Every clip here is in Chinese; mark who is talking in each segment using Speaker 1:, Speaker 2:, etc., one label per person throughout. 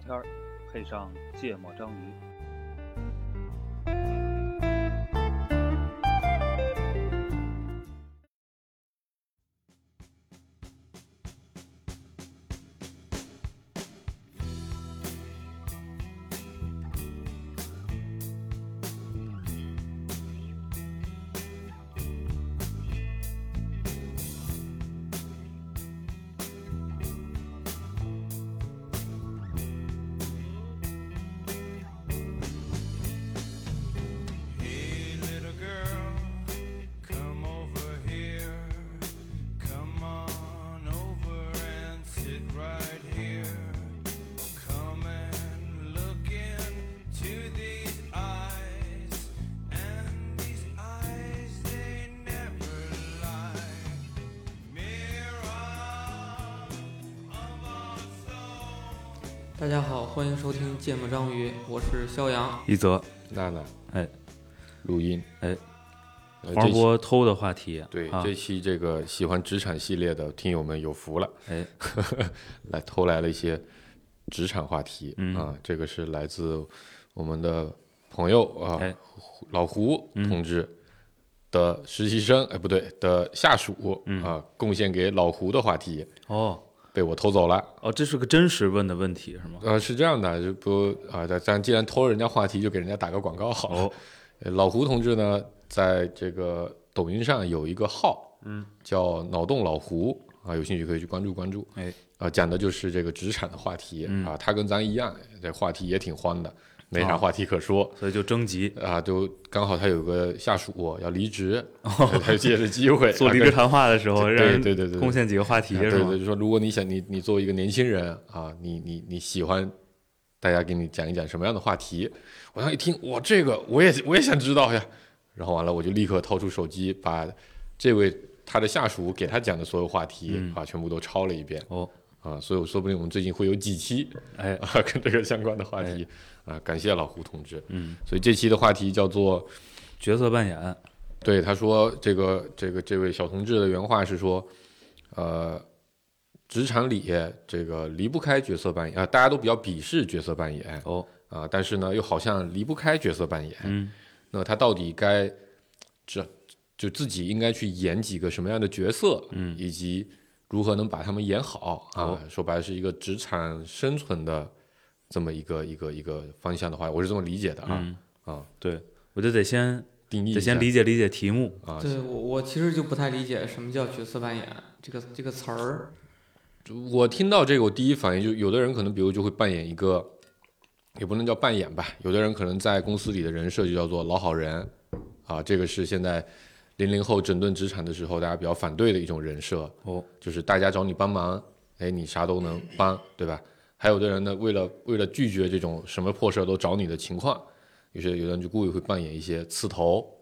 Speaker 1: 片儿，配上芥末章鱼。
Speaker 2: Hey, little girl, come over here. Come on over and sit right here. Come and look into these eyes. And these eyes, they never lie. Mirror of our soul.
Speaker 3: 大家好，欢迎收听《芥末章鱼》，我是肖阳。
Speaker 4: 一则，
Speaker 5: 娜娜，
Speaker 4: 哎，
Speaker 5: 录音，
Speaker 4: 哎
Speaker 5: 呃，
Speaker 4: 黄
Speaker 5: 这期
Speaker 4: 渤偷的话题，
Speaker 5: 对、
Speaker 4: 啊，
Speaker 5: 这期这个喜欢职场系列的听友们有福了，
Speaker 4: 哎，
Speaker 5: 来偷来了一些职场话题、
Speaker 4: 嗯
Speaker 5: 啊，这个是来自我们的朋友啊，
Speaker 4: 哎嗯
Speaker 5: 胡老胡同志的实习生，哎，不对的下属、
Speaker 4: 嗯
Speaker 5: 啊，贡献给老胡的话题
Speaker 4: 哦
Speaker 5: 被我偷走了。
Speaker 4: 哦，这是个真实问的问题是吗？
Speaker 5: 啊，是这样的，就不啊，咱咱既然偷人家话题，就给人家打个广告好了。
Speaker 4: 哦
Speaker 5: 呃老胡同志呢，在这个抖音上有一个号，嗯，叫“脑洞老胡”啊，有兴趣可以去关注关注。
Speaker 4: 哎，嗯
Speaker 5: 啊，讲的就是这个职场的话题、啊，他跟咱一样，这话题也挺欢的，没
Speaker 4: 啊
Speaker 5: 啥话题可说。
Speaker 4: 所以就征集
Speaker 5: 啊，就刚好他有个下属要离职，他就借着机会
Speaker 4: 哦 做
Speaker 5: 啊
Speaker 4: 离职
Speaker 5: 跟
Speaker 4: 谈话的时候，
Speaker 5: 对
Speaker 4: 让人
Speaker 5: 对对对对
Speaker 4: 贡献几个话题
Speaker 5: 啊对
Speaker 4: 是吗
Speaker 5: 对，？就说如果你想你你作为一个年轻人啊，你你你喜欢大家给你讲一讲什么样的话题？我当时一听，哇，这个我也我也想知道呀。然后完了，我就立刻掏出手机，把这位他的下属给他讲的所有话题、啊，全部都抄了一遍
Speaker 4: 嗯哦，
Speaker 5: 啊。所以我说不定我们最近会有几期
Speaker 4: 哎，
Speaker 5: 啊跟这个相关的话题、啊。感谢老胡同志，嗯，所以这期的话题叫做
Speaker 4: 角色扮演，
Speaker 5: 对，他说这个这个这位小同志的原话是说，呃，职场里这个离不开角色扮演啊、大家都比较鄙视角色扮演啊、
Speaker 4: 哦，
Speaker 5: 但是呢又好像离不开角色扮演。
Speaker 4: 嗯，
Speaker 5: 那他到底该这就自己应该去演几个什么样的角色，嗯，以及如何能把他们演好啊？
Speaker 4: 哦
Speaker 5: 说白了是一个职场生存的这么一个一个一个方向的话，我是这么理解的啊。
Speaker 4: 嗯
Speaker 5: 啊，
Speaker 4: 对，我就得先
Speaker 5: 定义
Speaker 4: 得
Speaker 5: 一
Speaker 4: 先
Speaker 5: 下
Speaker 4: 理解理解题目，
Speaker 5: 啊，
Speaker 3: 对我，我其实就不太理解什么叫角色扮演这个这个词儿。
Speaker 5: 我听到这个，我第一反应就有的人可能，比如就会扮演一个，也不能叫扮演吧，有的人可能在公司里的人设就叫做老好人，啊，这个是现在零零后整顿职场的时候，大家比较反对的一种人设，
Speaker 4: 哦，
Speaker 5: 就是大家找你帮忙，哎，你啥都能帮，对吧？还有的人呢，为了为了拒绝这种什么破事儿都找你的情况，于是有的人就故意会扮演一些刺头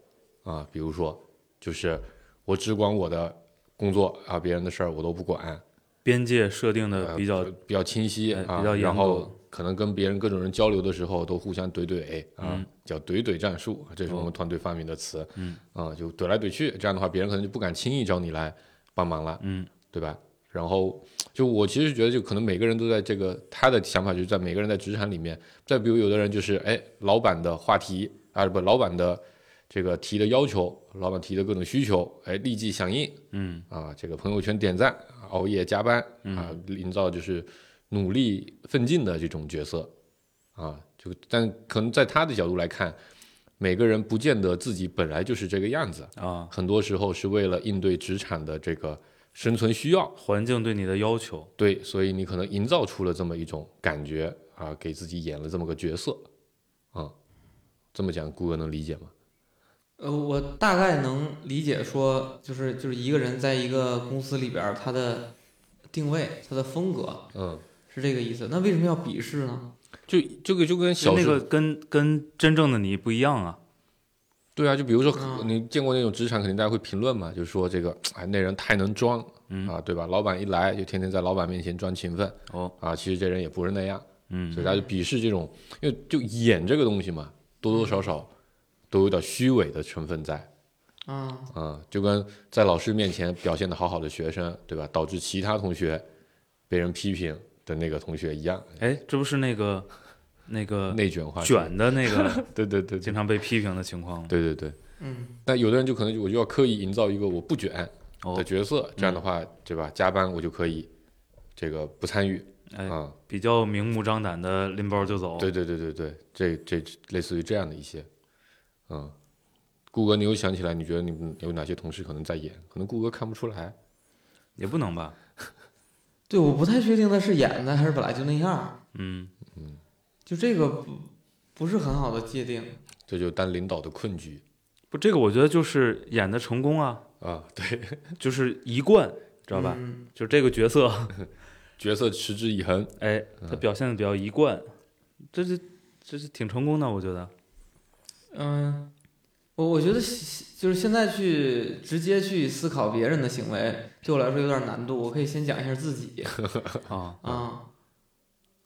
Speaker 5: 啊，比如说就是我只管我的工作啊，别人的事儿我都不管。
Speaker 4: 边界设定的
Speaker 5: 呃
Speaker 4: 比较
Speaker 5: 就比较清晰
Speaker 4: 哎
Speaker 5: 啊，
Speaker 4: 比较严
Speaker 5: 然
Speaker 4: 格
Speaker 5: 后可能跟别人各种人交流的时候都互相怼怼啊，
Speaker 4: 嗯
Speaker 5: 叫怼怼战术，这是
Speaker 4: 哦
Speaker 5: 我们团队发明的词，嗯啊，就怼来怼去，这样的话别人可能就不敢轻易找你来帮忙了，
Speaker 4: 嗯，
Speaker 5: 对吧？然后就我其实觉得，就可能每个人都在这个他的想法，就是在每个人在职场里面，再比如有的人就是哎，老板的话题啊，不，老板的这个提的要求，老板提的各种需求，哎，立即响应，
Speaker 4: 嗯
Speaker 5: 啊，这个朋友圈点赞，熬夜加班啊，营造就是努力奋进的这种角色啊，就但可能在他的角度来看，每个人不见得自己本来就是这个样子，
Speaker 4: 啊，
Speaker 5: 很多时候是为了应对职场的这个生存需要，
Speaker 4: 环境对你的要求，
Speaker 5: 对，所以你可能营造出了这么一种感觉啊，给自己演了这么个角色啊，这么讲顾哥能理解吗？
Speaker 3: 呃，我大概能理解说，就是就是一个人在一个公司里边儿，他的定位、他的风格
Speaker 5: 嗯，
Speaker 3: 是这个意思。那为什么要鄙视呢？
Speaker 5: 就这个就跟小
Speaker 4: 那
Speaker 5: 时候
Speaker 4: 个跟跟真正的你不一样啊，
Speaker 5: 对啊，就比如说
Speaker 3: 嗯
Speaker 5: 你见过那种职场，肯定大家会评论嘛，就说这个哎那人太能装啊，对吧？老板一来就天天在老板面前装勤奋
Speaker 4: 哦
Speaker 5: 啊，其实这人也不是那样，
Speaker 4: 嗯
Speaker 5: 所以大家就鄙视这种，因为就演这个东西嘛，多多少少都有点虚伪的成分在
Speaker 3: 啊，
Speaker 5: 啊，就跟在老师面前表现的好好的学生，对吧？导致其他同学被人批评的那个同学一样，
Speaker 4: 哎，这不是那个那个
Speaker 5: 内卷化是吧，
Speaker 4: 嗯卷的那 个
Speaker 5: 对对对对
Speaker 4: 经常被批评的情况吗？
Speaker 5: 对对对。
Speaker 3: 嗯，
Speaker 5: 但有的人就可能就我就要刻意营造一个我不卷的
Speaker 4: 哦，
Speaker 5: 角
Speaker 3: 嗯
Speaker 5: 色，这样的话，对吧？加班我就可以这个不参与
Speaker 4: 哎，
Speaker 5: 啊、
Speaker 4: 比较明目张胆的拎包就
Speaker 3: 哦
Speaker 4: 走。
Speaker 5: 对对对对对，这这这类似于这样的一些，嗯，顾哥，你有想起来？你觉得你们有哪些同事可能在演？可能顾哥看不出来，
Speaker 4: 也不能吧？
Speaker 3: 对，我不太确定他是演的还是本来就那样儿，
Speaker 4: 嗯，
Speaker 3: 就这个不不是很好的界定。
Speaker 5: 这就当领导的困局
Speaker 4: 不，这个我觉得就是演的成功啊，
Speaker 5: 啊。对，
Speaker 4: 就是一贯，知道吧？
Speaker 3: 嗯
Speaker 4: 就是这个角色，
Speaker 5: 角色持之以恒，
Speaker 4: 哎，他表现的比较一贯，这是这是挺成功的，我觉得。
Speaker 3: 嗯，我我觉得现就是现在去直接去思考别人的行为，对我来说有点难度。我可以先讲一下自己
Speaker 4: 啊，
Speaker 3: 啊、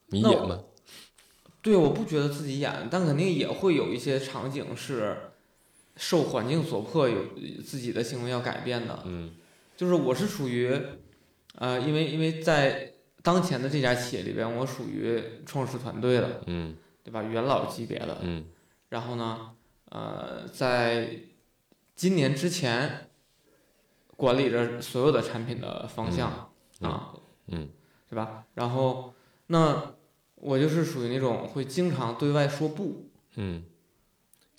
Speaker 5: 你
Speaker 3: 那
Speaker 5: 演
Speaker 3: 我
Speaker 5: 吗？
Speaker 3: 对，我不觉得自己演，但肯定也会有一些场景是受环境所迫，有自己的行为要改变的。
Speaker 5: 嗯
Speaker 3: 就是我是属于，呃，因为因为在当前的这家企业里边，我属于创始团队的，
Speaker 5: 嗯
Speaker 3: 对吧？元老级别的，
Speaker 5: 嗯
Speaker 3: 然后呢，呃，在今年之前管理着所有的产品的方向、
Speaker 5: 嗯
Speaker 3: 啊，
Speaker 5: 嗯
Speaker 3: 对吧？然后那我就是属于那种会经常对外说不，
Speaker 5: 嗯，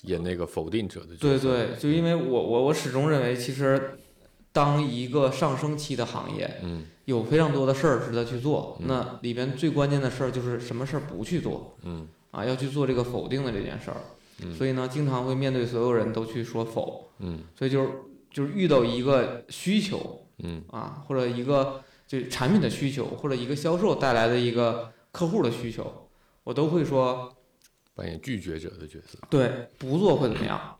Speaker 5: 演那个否定者的角
Speaker 3: 对
Speaker 5: 色。嗯
Speaker 3: 对，就因为我我我始终认为，其实当一个上升期的行业，
Speaker 5: 嗯
Speaker 3: 有非常多的事儿值得去做，
Speaker 5: 嗯
Speaker 3: 那里边最关键的事儿就是什么事儿不去做
Speaker 5: 嗯
Speaker 3: 啊，要去做这个否定的这件事儿。
Speaker 5: 嗯
Speaker 3: 所以呢，经常会面对所有人都去说否，
Speaker 5: 嗯
Speaker 3: 所以就是就是遇到一个需求
Speaker 5: 嗯
Speaker 3: 啊，或者一个就是产品的需求，或者一个销售带来的一个客户的需求，我都会说
Speaker 5: 扮演拒绝者的角色。
Speaker 3: 对不做会怎么样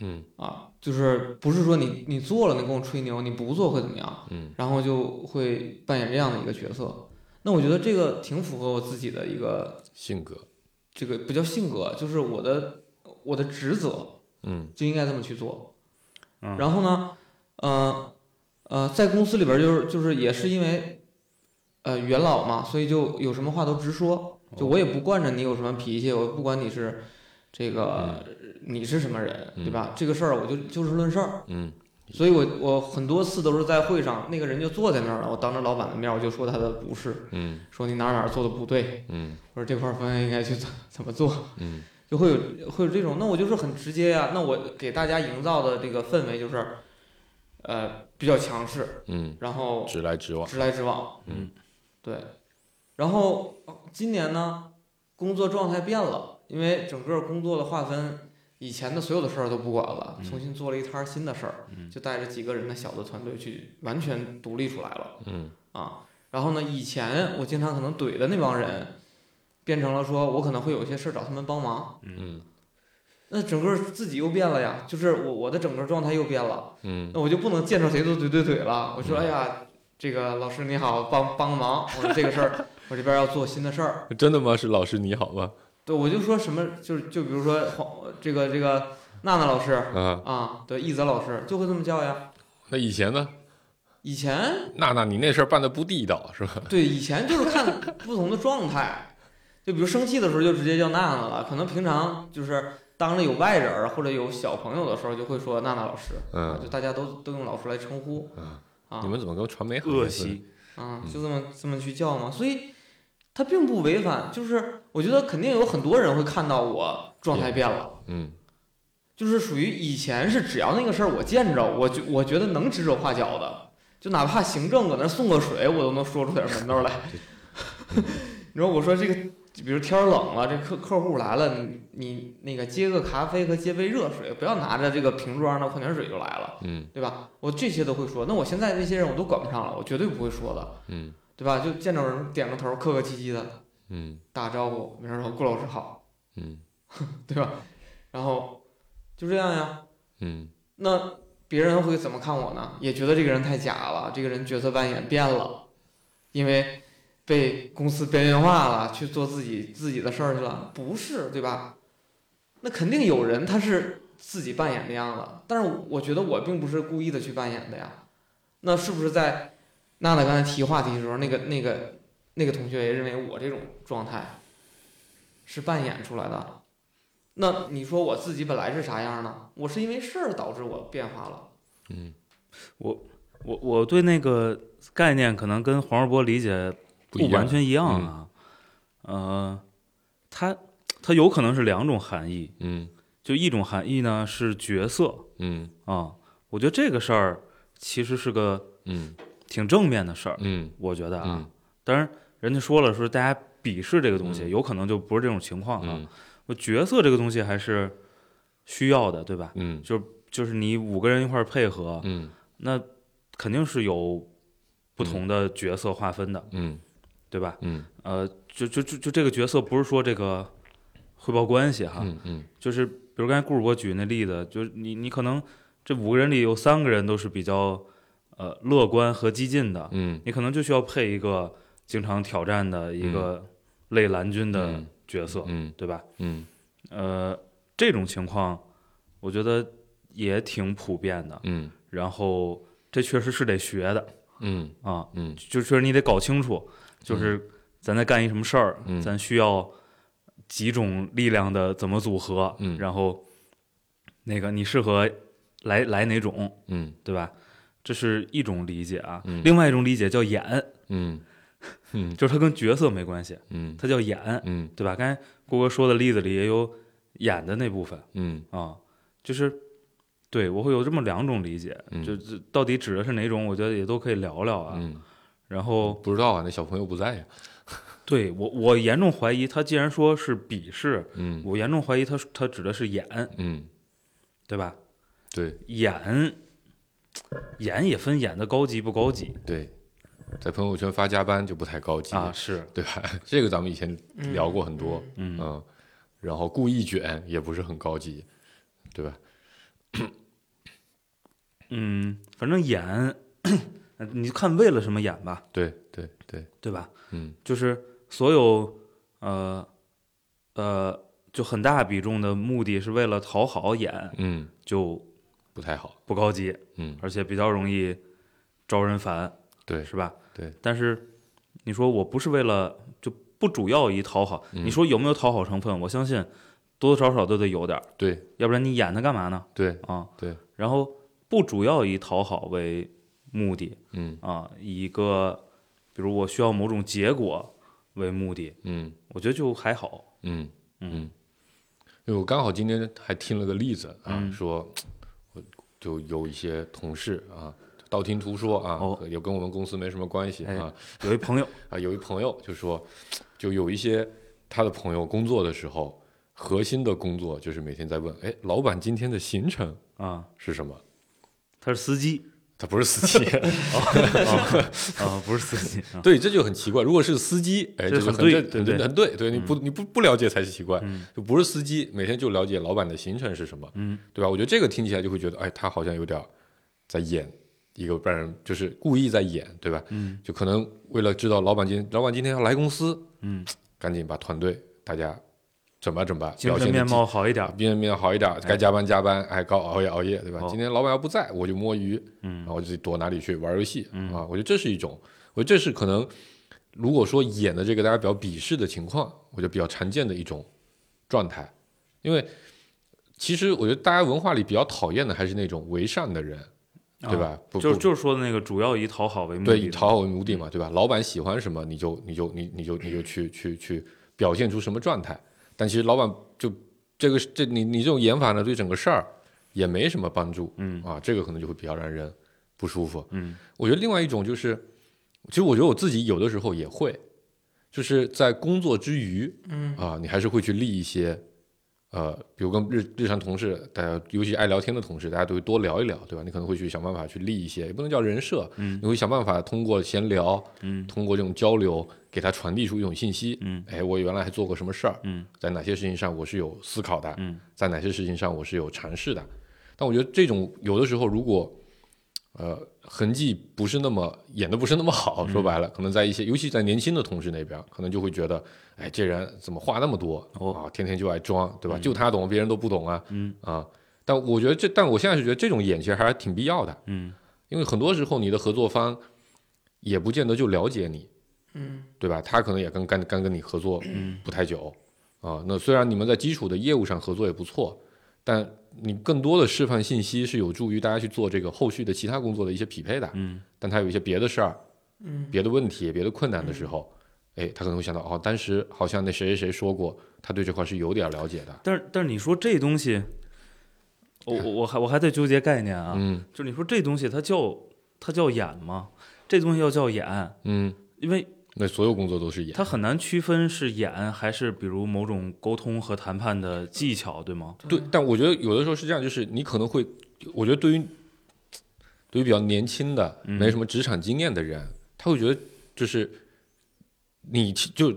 Speaker 5: 嗯
Speaker 3: 啊？就是不是说你你做了你跟我吹牛，你不做会怎么样？
Speaker 5: 嗯
Speaker 3: 然后就会扮演这样的一个角色。那我觉得这个挺符合我自己的一个
Speaker 5: 性格。
Speaker 3: 这个不叫性格，就是我的我的职责，
Speaker 5: 嗯
Speaker 3: 就应该这么去做。
Speaker 4: 嗯
Speaker 3: 然后呢，呃呃，在公司里边儿就是就是也是因为，呃，元老嘛，所以就有什么话都直说，就我也不惯着你有什么脾气，我不管你是这个、你是什么人，对吧？这个事儿我就就事论事儿。
Speaker 5: 嗯
Speaker 3: 所以我我很多次都是在会上，那个人就坐在那儿了，我当着老板的面儿我就说他的不是，
Speaker 5: 嗯
Speaker 3: 说你哪儿哪儿做的不对，
Speaker 5: 嗯
Speaker 3: 我说这块儿方案应该去怎怎么做。
Speaker 5: 嗯
Speaker 3: 就会有会有这种，那我就是很直接呀、那我给大家营造的这个氛围就是，呃，比较强势，
Speaker 5: 嗯，
Speaker 3: 然后
Speaker 5: 直来直往。
Speaker 3: 直来直往，
Speaker 5: 嗯，
Speaker 3: 对。然后呃今年呢，工作状态变了，因为整个工作的划分，以前的所有的事儿都不管
Speaker 5: 嗯
Speaker 3: 了，重新做了一摊儿新的事儿，
Speaker 4: 嗯
Speaker 3: 就带着几个人的小的团队去完全独立出来了。
Speaker 5: 嗯
Speaker 3: 啊。然后呢，以前我经常可能怼的那帮人，变成了说我可能会有一些事儿找他们帮忙。
Speaker 5: 嗯
Speaker 3: 那整个自己又变了呀，就是我我的整个状态又变了，
Speaker 5: 嗯
Speaker 3: 那我就不能见着谁都怼怼怼了。我说，
Speaker 5: 嗯
Speaker 3: 哎呀，这个老师你好，帮帮个忙，我说这个事儿我这边要做新的事儿。
Speaker 5: 真的吗？是老师你好吗？
Speaker 3: 对，我就说什么，就是就比如说黄这个这个娜娜老师
Speaker 4: 嗯
Speaker 5: 啊，
Speaker 3: 啊，对，一泽老师就会这么叫呀。
Speaker 5: 那以前呢？
Speaker 3: 以前
Speaker 5: 娜娜，你那事儿办的不地道是 吧？
Speaker 3: 对，以前就是看不同的状态，就比如生气的时候就直接叫娜娜了，可能平常就是当着有外人儿或者有小朋友的时候就会说娜娜老师，啊，
Speaker 5: 嗯
Speaker 3: 就大家都都用老师来称呼
Speaker 5: 啊，
Speaker 3: 啊
Speaker 5: 你们怎么跟传媒行业
Speaker 4: 恶
Speaker 5: 似的？
Speaker 4: 习，
Speaker 3: 啊，
Speaker 5: 嗯
Speaker 3: 就这么这么去叫嘛，所以他并不违反，就是我觉得肯定有很多人会看到我状态变了。
Speaker 5: 嗯
Speaker 3: 就是属于以前是只要那个事儿我见着，我就我觉得能指手画脚的，就哪怕行政搁那儿送个水，我都能说出点门道来。 你说我说这个，比如天儿冷了，这客客户来了，你你那个接个咖啡和接杯热水，不要拿着这个瓶装的矿泉水就来了，
Speaker 5: 嗯
Speaker 3: 对吧？我这些都会说，那我现在这些人我都管不上了，我绝对不会说的，
Speaker 5: 嗯
Speaker 3: 对吧？就见着人点个头，客客气气的
Speaker 5: 嗯
Speaker 3: 打招呼，没事儿说顾老师好，
Speaker 5: 嗯
Speaker 3: 对吧？然后就这样呀。
Speaker 5: 嗯
Speaker 3: 那别人会怎么看我呢？也觉得这个人太假了，这个人角色扮演变了，因为被公司边缘化了，去做自己自己的事儿去了，不是对吧？那肯定有人他是自己扮演那样的，但是我觉得我并不是故意的去扮演的呀。那是不是在娜娜刚才提话题的时候，那个那个那个同学也认为我这种状态是扮演出来的。那你说我自己本来是啥样呢？我是因为事儿导致我变化了。
Speaker 5: 嗯，
Speaker 4: 我我对那个概念可能跟黄世博理解
Speaker 5: 不一
Speaker 4: 完
Speaker 5: 样，
Speaker 4: 全一样啊。呃，它它有可能是两种含义，
Speaker 5: 嗯
Speaker 4: 就一种含义呢是角色
Speaker 5: 嗯
Speaker 4: 啊，我觉得这个事儿其实是个
Speaker 5: 嗯
Speaker 4: 挺正面的事儿，
Speaker 5: 嗯
Speaker 4: 我觉得啊。
Speaker 5: 嗯
Speaker 4: 当然，人家说了说大家鄙视这个东西，
Speaker 5: 嗯
Speaker 4: 有可能就不是这种情况啊。
Speaker 5: 嗯
Speaker 4: 我角色这个东西还是需要的，对吧？
Speaker 5: 嗯
Speaker 4: 就是你五个人一块儿配合，
Speaker 5: 嗯
Speaker 4: 那肯定是有不同的角色划分的，
Speaker 5: 嗯
Speaker 4: 对吧？
Speaker 5: 嗯
Speaker 4: 呃，就就就就这个角色不是说这个汇报关系哈，
Speaker 5: 嗯嗯
Speaker 4: 就是比如刚才顾主播举那例子，就是你你可能这五个人里有三个人都是比较呃乐观和激进的，
Speaker 5: 嗯
Speaker 4: 你可能就需要配一个经常挑战的一个类蓝军的
Speaker 5: 嗯
Speaker 4: 角色，
Speaker 5: 嗯
Speaker 4: 对吧？
Speaker 5: 嗯
Speaker 4: 呃，这种情况我觉得也挺普遍的，
Speaker 5: 嗯
Speaker 4: 然后这确实是得学的
Speaker 5: 嗯
Speaker 4: 啊，
Speaker 5: 嗯
Speaker 4: 就确实你得搞清楚，就是咱在干一什么事儿，
Speaker 5: 嗯
Speaker 4: 咱需要几种力量的怎么组合，
Speaker 5: 嗯
Speaker 4: 然后那个你适合来来哪种，
Speaker 5: 嗯
Speaker 4: 对吧？这是一种理解啊，
Speaker 5: 嗯
Speaker 4: 另外一种理解叫演，
Speaker 5: 嗯嗯
Speaker 4: 就是它跟角色没关系，
Speaker 5: 嗯
Speaker 4: 它叫演，
Speaker 5: 嗯
Speaker 4: 对吧？刚才郭哥说的例子里也有演的那部分
Speaker 5: 嗯
Speaker 4: 啊，就是对我会有这么两种理解，
Speaker 5: 嗯
Speaker 4: 就这到底指的是哪种，我觉得也都可以聊聊啊。
Speaker 5: 嗯，
Speaker 4: 然后
Speaker 5: 不知道啊，那小朋友不在呀。
Speaker 4: 对我，我严重怀疑他既然说是鄙视，
Speaker 5: 嗯
Speaker 4: 我严重怀疑他他指的是演，
Speaker 5: 嗯，
Speaker 4: 对吧？
Speaker 5: 对
Speaker 4: 演演也分演的高级不高级
Speaker 5: 对，在朋友圈发加班就不太高级
Speaker 4: 啊？，是，
Speaker 5: 对吧？ 这个咱们以前聊过很多，
Speaker 4: 嗯，
Speaker 5: 嗯，然后故意卷也不是很高级，对吧？
Speaker 4: 嗯，反正演，你就看为了什么演吧，
Speaker 5: 对对对，
Speaker 4: 对吧？
Speaker 5: 嗯
Speaker 4: 就是所有呃呃，就很大比重的目的是为了讨好演，
Speaker 5: 嗯，
Speaker 4: 就
Speaker 5: 不太好，
Speaker 4: 不高级，
Speaker 5: 嗯
Speaker 4: 而且比较容易招人烦，
Speaker 5: 对
Speaker 4: 是吧？
Speaker 5: 对。
Speaker 4: 但是你说我不是为了就不主要以讨好，
Speaker 5: 嗯
Speaker 4: 你说有没有讨好成分？我相信多多少少都得有点儿，
Speaker 5: 对
Speaker 4: 要不然你演它干嘛呢？
Speaker 5: 对，
Speaker 4: 啊，
Speaker 5: 对。
Speaker 4: 然后不主要以讨好为目的
Speaker 5: 嗯
Speaker 4: 啊，以一个比如我需要某种结果为目的，
Speaker 5: 嗯
Speaker 4: 我觉得就还好。
Speaker 5: 嗯
Speaker 4: 嗯
Speaker 5: 嗯，因为我刚好今天还听了个例子啊，
Speaker 4: 嗯
Speaker 5: 说我就有一些同事啊。道听途说啊，
Speaker 4: 哦
Speaker 5: 有跟我们公司没什么关系
Speaker 4: 哎
Speaker 5: 啊，
Speaker 4: 有一朋友，
Speaker 5: 啊，有一朋友就说，就有一些他的朋友工作的时候，核心的工作就是每天在问，哎，老板今天的行程
Speaker 4: 啊，
Speaker 5: 是什么？
Speaker 4: 他是司机
Speaker 5: 他不是 司机，
Speaker 4: 啊，不是司机啊。
Speaker 5: 对，这就很奇怪。如果是司机，哎，
Speaker 4: 这
Speaker 5: 就
Speaker 4: 很
Speaker 5: 很
Speaker 4: 对
Speaker 5: 正
Speaker 4: 对
Speaker 5: 很
Speaker 4: 不对
Speaker 5: 很对，对，你不你不不了解才是奇怪
Speaker 4: 嗯，
Speaker 5: 就不是司机，每天就了解老板的行程是什么，
Speaker 4: 嗯，
Speaker 5: 对吧？我觉得这个听起来就会觉得，哎，他好像有点儿在演一个让人就是故意在演，对吧？
Speaker 4: 嗯
Speaker 5: 就可能为了知道老板今老板今天要来公司，
Speaker 4: 嗯，
Speaker 5: 赶紧把团队大家整吧整吧，
Speaker 4: 精
Speaker 5: 表
Speaker 4: 神
Speaker 5: 现得
Speaker 4: 面
Speaker 5: 积
Speaker 4: 貌好一点
Speaker 5: 啊
Speaker 4: 儿，
Speaker 5: 别人面好一点，该加班加班，哎，该熬夜熬夜，对吧？
Speaker 4: 嗯哦
Speaker 5: 今天老板要不在，我就摸鱼，
Speaker 4: 嗯
Speaker 5: 然后我就躲哪里去玩游戏
Speaker 4: 嗯
Speaker 5: 啊。我觉得这是一种，我觉得这是可能，如果说演的这个大家比较鄙视的情况，我觉得比较常见的一种状态，因为其实我觉得大家文化里比较讨厌的还是那种为善的人，对吧？不
Speaker 4: 哦就
Speaker 5: 不
Speaker 4: 就是说的那个主要以讨好为目的
Speaker 5: 对，
Speaker 4: 的，嗯
Speaker 5: 以讨好为目的嘛，对吧？老板喜欢什么，你就你就你你就你就去去去表现出什么状态。但其实老板就这个这你你这种演法呢，对整个事儿也没什么帮助
Speaker 4: 嗯
Speaker 5: 啊，这个可能就会比较让人不舒服。
Speaker 4: 嗯，
Speaker 5: 我觉得另外一种就是，其实我觉得我自己有的时候也会，就是在工作之余
Speaker 3: 嗯
Speaker 5: 啊，你还是会去立一些。呃，比如跟日日常同事，大家尤其爱聊天的同事，大家都会多聊一聊，对吧？你可能会去想办法去立一些，也不能叫人设，
Speaker 4: 嗯
Speaker 5: 你会想办法通过闲聊，
Speaker 4: 嗯
Speaker 5: 通过这种交流，给他传递出一种信息。
Speaker 4: 嗯
Speaker 5: 哎，我原来还做过什么事儿，
Speaker 4: 嗯
Speaker 5: 在哪些事情上我是有思考的，
Speaker 4: 嗯
Speaker 5: 在哪些事情上我是有尝试的。但我觉得这种有的时候，如果呃痕迹不是那么演的不是那么好，
Speaker 4: 嗯
Speaker 5: 说白了，可能在一些，尤其在年轻的同事那边，可能就会觉得，哎，这人怎么话那么多、
Speaker 4: 哦
Speaker 5: 啊，天天就爱装，对吧？就他懂，别人都不懂啊
Speaker 4: 嗯
Speaker 5: 啊！但我觉得这，但我现在是觉得这种演其实还是挺必要的。
Speaker 4: 嗯
Speaker 5: 因为很多时候你的合作方也不见得就了解你，
Speaker 3: 嗯
Speaker 5: 对吧？他可能也跟刚刚跟你合作
Speaker 4: 嗯
Speaker 5: 不太久啊。那虽然你们在基础的业务上合作也不错，但你更多的示范信息是有助于大家去做这个后续的其他工作的一些匹配的。
Speaker 4: 嗯
Speaker 5: 但他有一些别的事儿、
Speaker 3: 嗯
Speaker 5: 别的问题、别的困难的时候，哎，他可能会想到哦，当时好像那谁谁谁说过，他对这块是有点了解的。
Speaker 4: 但是但是你说这东西，我我我还我还在纠结概念啊，
Speaker 5: 嗯
Speaker 4: 就是你说这东西它叫它叫演吗？这东西要叫演，
Speaker 5: 嗯，
Speaker 4: 因为
Speaker 5: 那所有工作都是演。
Speaker 4: 它很难区分是演还是比如某种沟通和谈判的技巧，对吗？
Speaker 5: 对，但我觉得有的时候是这样，就是你可能会，我觉得对于对于比较年轻的、
Speaker 4: 嗯
Speaker 5: 没什么职场经验的人，他会觉得就是你其就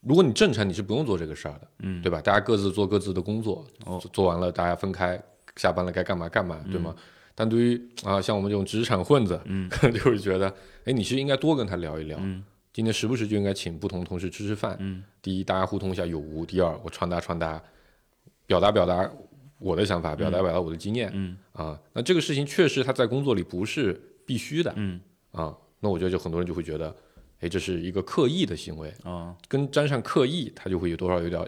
Speaker 5: 如果你正常，你是不用做这个事儿的，
Speaker 4: 嗯，
Speaker 5: 对吧？大家各自做各自的工作，
Speaker 4: 哦
Speaker 5: 做做完了大家分开，下班了该干嘛干嘛，对吗？但对于啊、像我们这种职场混子，
Speaker 4: 嗯
Speaker 5: 可能 就会觉得，哎，你是应该多跟他聊一聊，
Speaker 4: 嗯
Speaker 5: 今天时不时就应该请不同同事吃吃饭，
Speaker 4: 嗯
Speaker 5: 第一，大家互通一下有无；第二，我传达传达，表达表达我的想法，表达表达我的经验
Speaker 4: 嗯
Speaker 5: 啊。那这个事情确实他在工作里不是必须的
Speaker 4: 嗯
Speaker 5: 啊。那我觉得就很多人就会觉得，哎，这是一个刻意的行为，
Speaker 4: 啊
Speaker 5: 跟沾上刻意，他就会有多少有点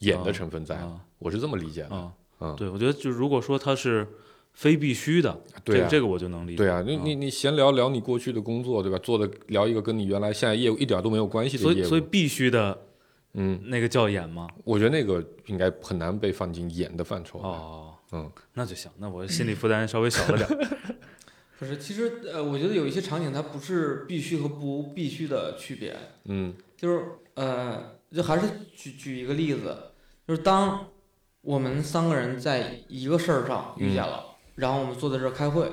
Speaker 5: 演的成分在。嗯
Speaker 4: 啊
Speaker 5: 我是这么理解的。
Speaker 4: 啊
Speaker 5: 嗯！
Speaker 4: 对，我觉得就如果说它是非必须的，
Speaker 5: 对
Speaker 4: 这
Speaker 5: 啊
Speaker 4: 个这个我就能理解。
Speaker 5: 对啊，你你你闲聊聊你过去的工作，对吧？做的聊一个跟你原来现在业务一点都没有关系的
Speaker 4: 所以
Speaker 5: 业务，
Speaker 4: 所以必须的
Speaker 5: 嗯，
Speaker 4: 那个叫演吗？
Speaker 5: 我觉得那个应该很难被放进演的范畴。
Speaker 4: 哦，
Speaker 5: 嗯，
Speaker 4: 那就行，那我心理负担稍微小了点儿。
Speaker 3: 不是，其实呃，我觉得有一些场景它不是必须和不必须的区别，
Speaker 5: 嗯
Speaker 3: 就是呃，就还是举举一个例子，就是当我们三个人在一个事儿上遇见了，
Speaker 4: 嗯
Speaker 3: 然后我们坐在这儿开会，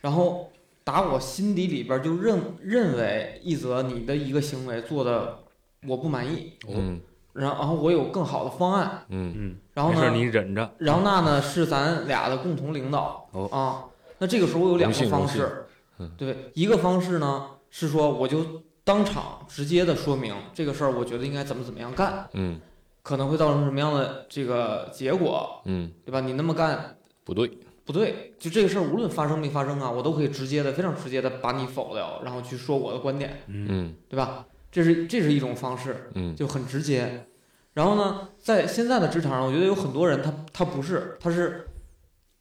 Speaker 3: 然后打我心底里边儿就认认为一泽你的一个行为做的我不满意，
Speaker 5: 嗯
Speaker 3: 然后然后我有更好的方案，
Speaker 5: 嗯
Speaker 4: 嗯，
Speaker 3: 然后
Speaker 4: 没事儿，
Speaker 3: 呢
Speaker 4: 你，忍着。
Speaker 3: 然后那呢是咱俩的共同领导、
Speaker 4: 哦
Speaker 3: 啊，那这个时候我有两个
Speaker 5: 荣幸
Speaker 3: 方
Speaker 5: 荣幸
Speaker 3: 式，
Speaker 5: 嗯
Speaker 3: 对，一个方式呢是说我就当场直接的说明这个事儿，我觉得应该怎么怎么样干。
Speaker 5: 嗯
Speaker 3: 可能会造成什么样的这个结果，
Speaker 5: 嗯，
Speaker 3: 对吧？你那么干
Speaker 5: 不对。
Speaker 3: 不对，就这个事儿无论发生没发生啊，我都可以直接的、非常直接的把你否掉，然后去说我的观点，
Speaker 4: 嗯
Speaker 5: 嗯
Speaker 3: 对吧？这是这是一种方式，
Speaker 5: 嗯
Speaker 3: 就很直接。然后呢，在现在的职场上，我觉得有很多人他他不是，他是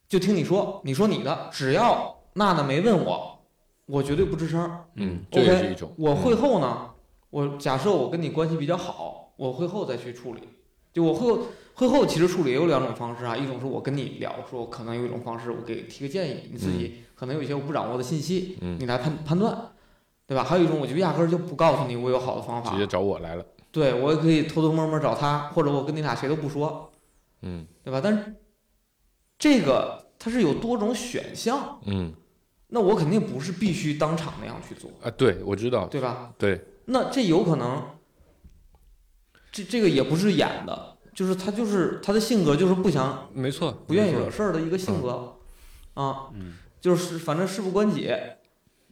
Speaker 3: 就听你说，你说你的，只要娜娜没问我，我绝对不吱声儿。
Speaker 5: 嗯
Speaker 4: 嗯，
Speaker 5: 这
Speaker 3: OK，
Speaker 5: 也是一种。
Speaker 3: 我会后呢，我假设我跟你关系比较好，我会后再去处理。就我会后会后其实处理也有两种方式啊，一种是我跟你聊，说我可能有一种方式，我给提个建议，你自己可能有一些我不掌握的信息，
Speaker 5: 嗯
Speaker 3: 你来判判断，对吧？还有一种我就压根儿就不告诉你我有好的方
Speaker 5: 直
Speaker 3: 法
Speaker 5: 接，找我来了。
Speaker 3: 对我也可以偷偷摸摸找他，或者我跟你俩谁都不说，
Speaker 5: 嗯
Speaker 3: 对吧？但是这个它是有多种选项，
Speaker 5: 嗯
Speaker 3: 那我肯定不是必须当场那样去做，
Speaker 5: 啊，对，我知道。
Speaker 3: 对吧？
Speaker 5: 对，
Speaker 3: 那这有可能，这这个也不是演的，就是他就是他的性格就是不想
Speaker 5: 没错，
Speaker 3: 不愿意
Speaker 5: 没
Speaker 3: 惹
Speaker 5: 错。
Speaker 3: 事儿的一个性格，啊，
Speaker 4: 嗯
Speaker 3: 就是反正事不关己，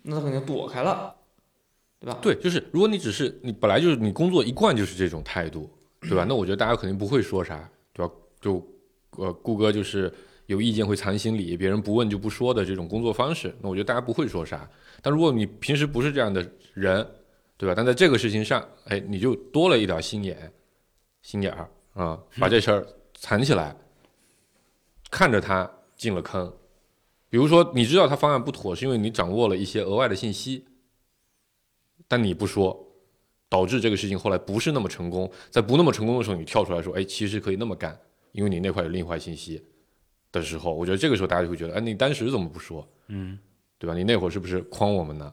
Speaker 3: 那他肯定躲开了，对吧？
Speaker 5: 对，就是如果你只是你本来就是你工作一贯就是这种态度，对吧？那我觉得大家肯定不会说啥，对吧？就呃，顾哥就是有意见会藏心里，别人不问就不说的这种工作方式，那我觉得大家不会说啥。但如果你平时不是这样的人，对吧？但在这个事情上，哎，你就多了一点心眼、心眼儿啊、把这事儿藏起来，看着他进了坑。比如说，你知道他方案不妥，是因为你掌握了一些额外的信息，但你不说，导致这个事情后来不是那么成功。在不那么成功的时候，你跳出来说：“哎，其实可以那么干，因为你那块有另一块信息。”的时候，我觉得这个时候大家就会觉得：“哎，你当时怎么不说？
Speaker 4: 嗯，
Speaker 5: 对吧？你那会儿是不是诓我们呢？”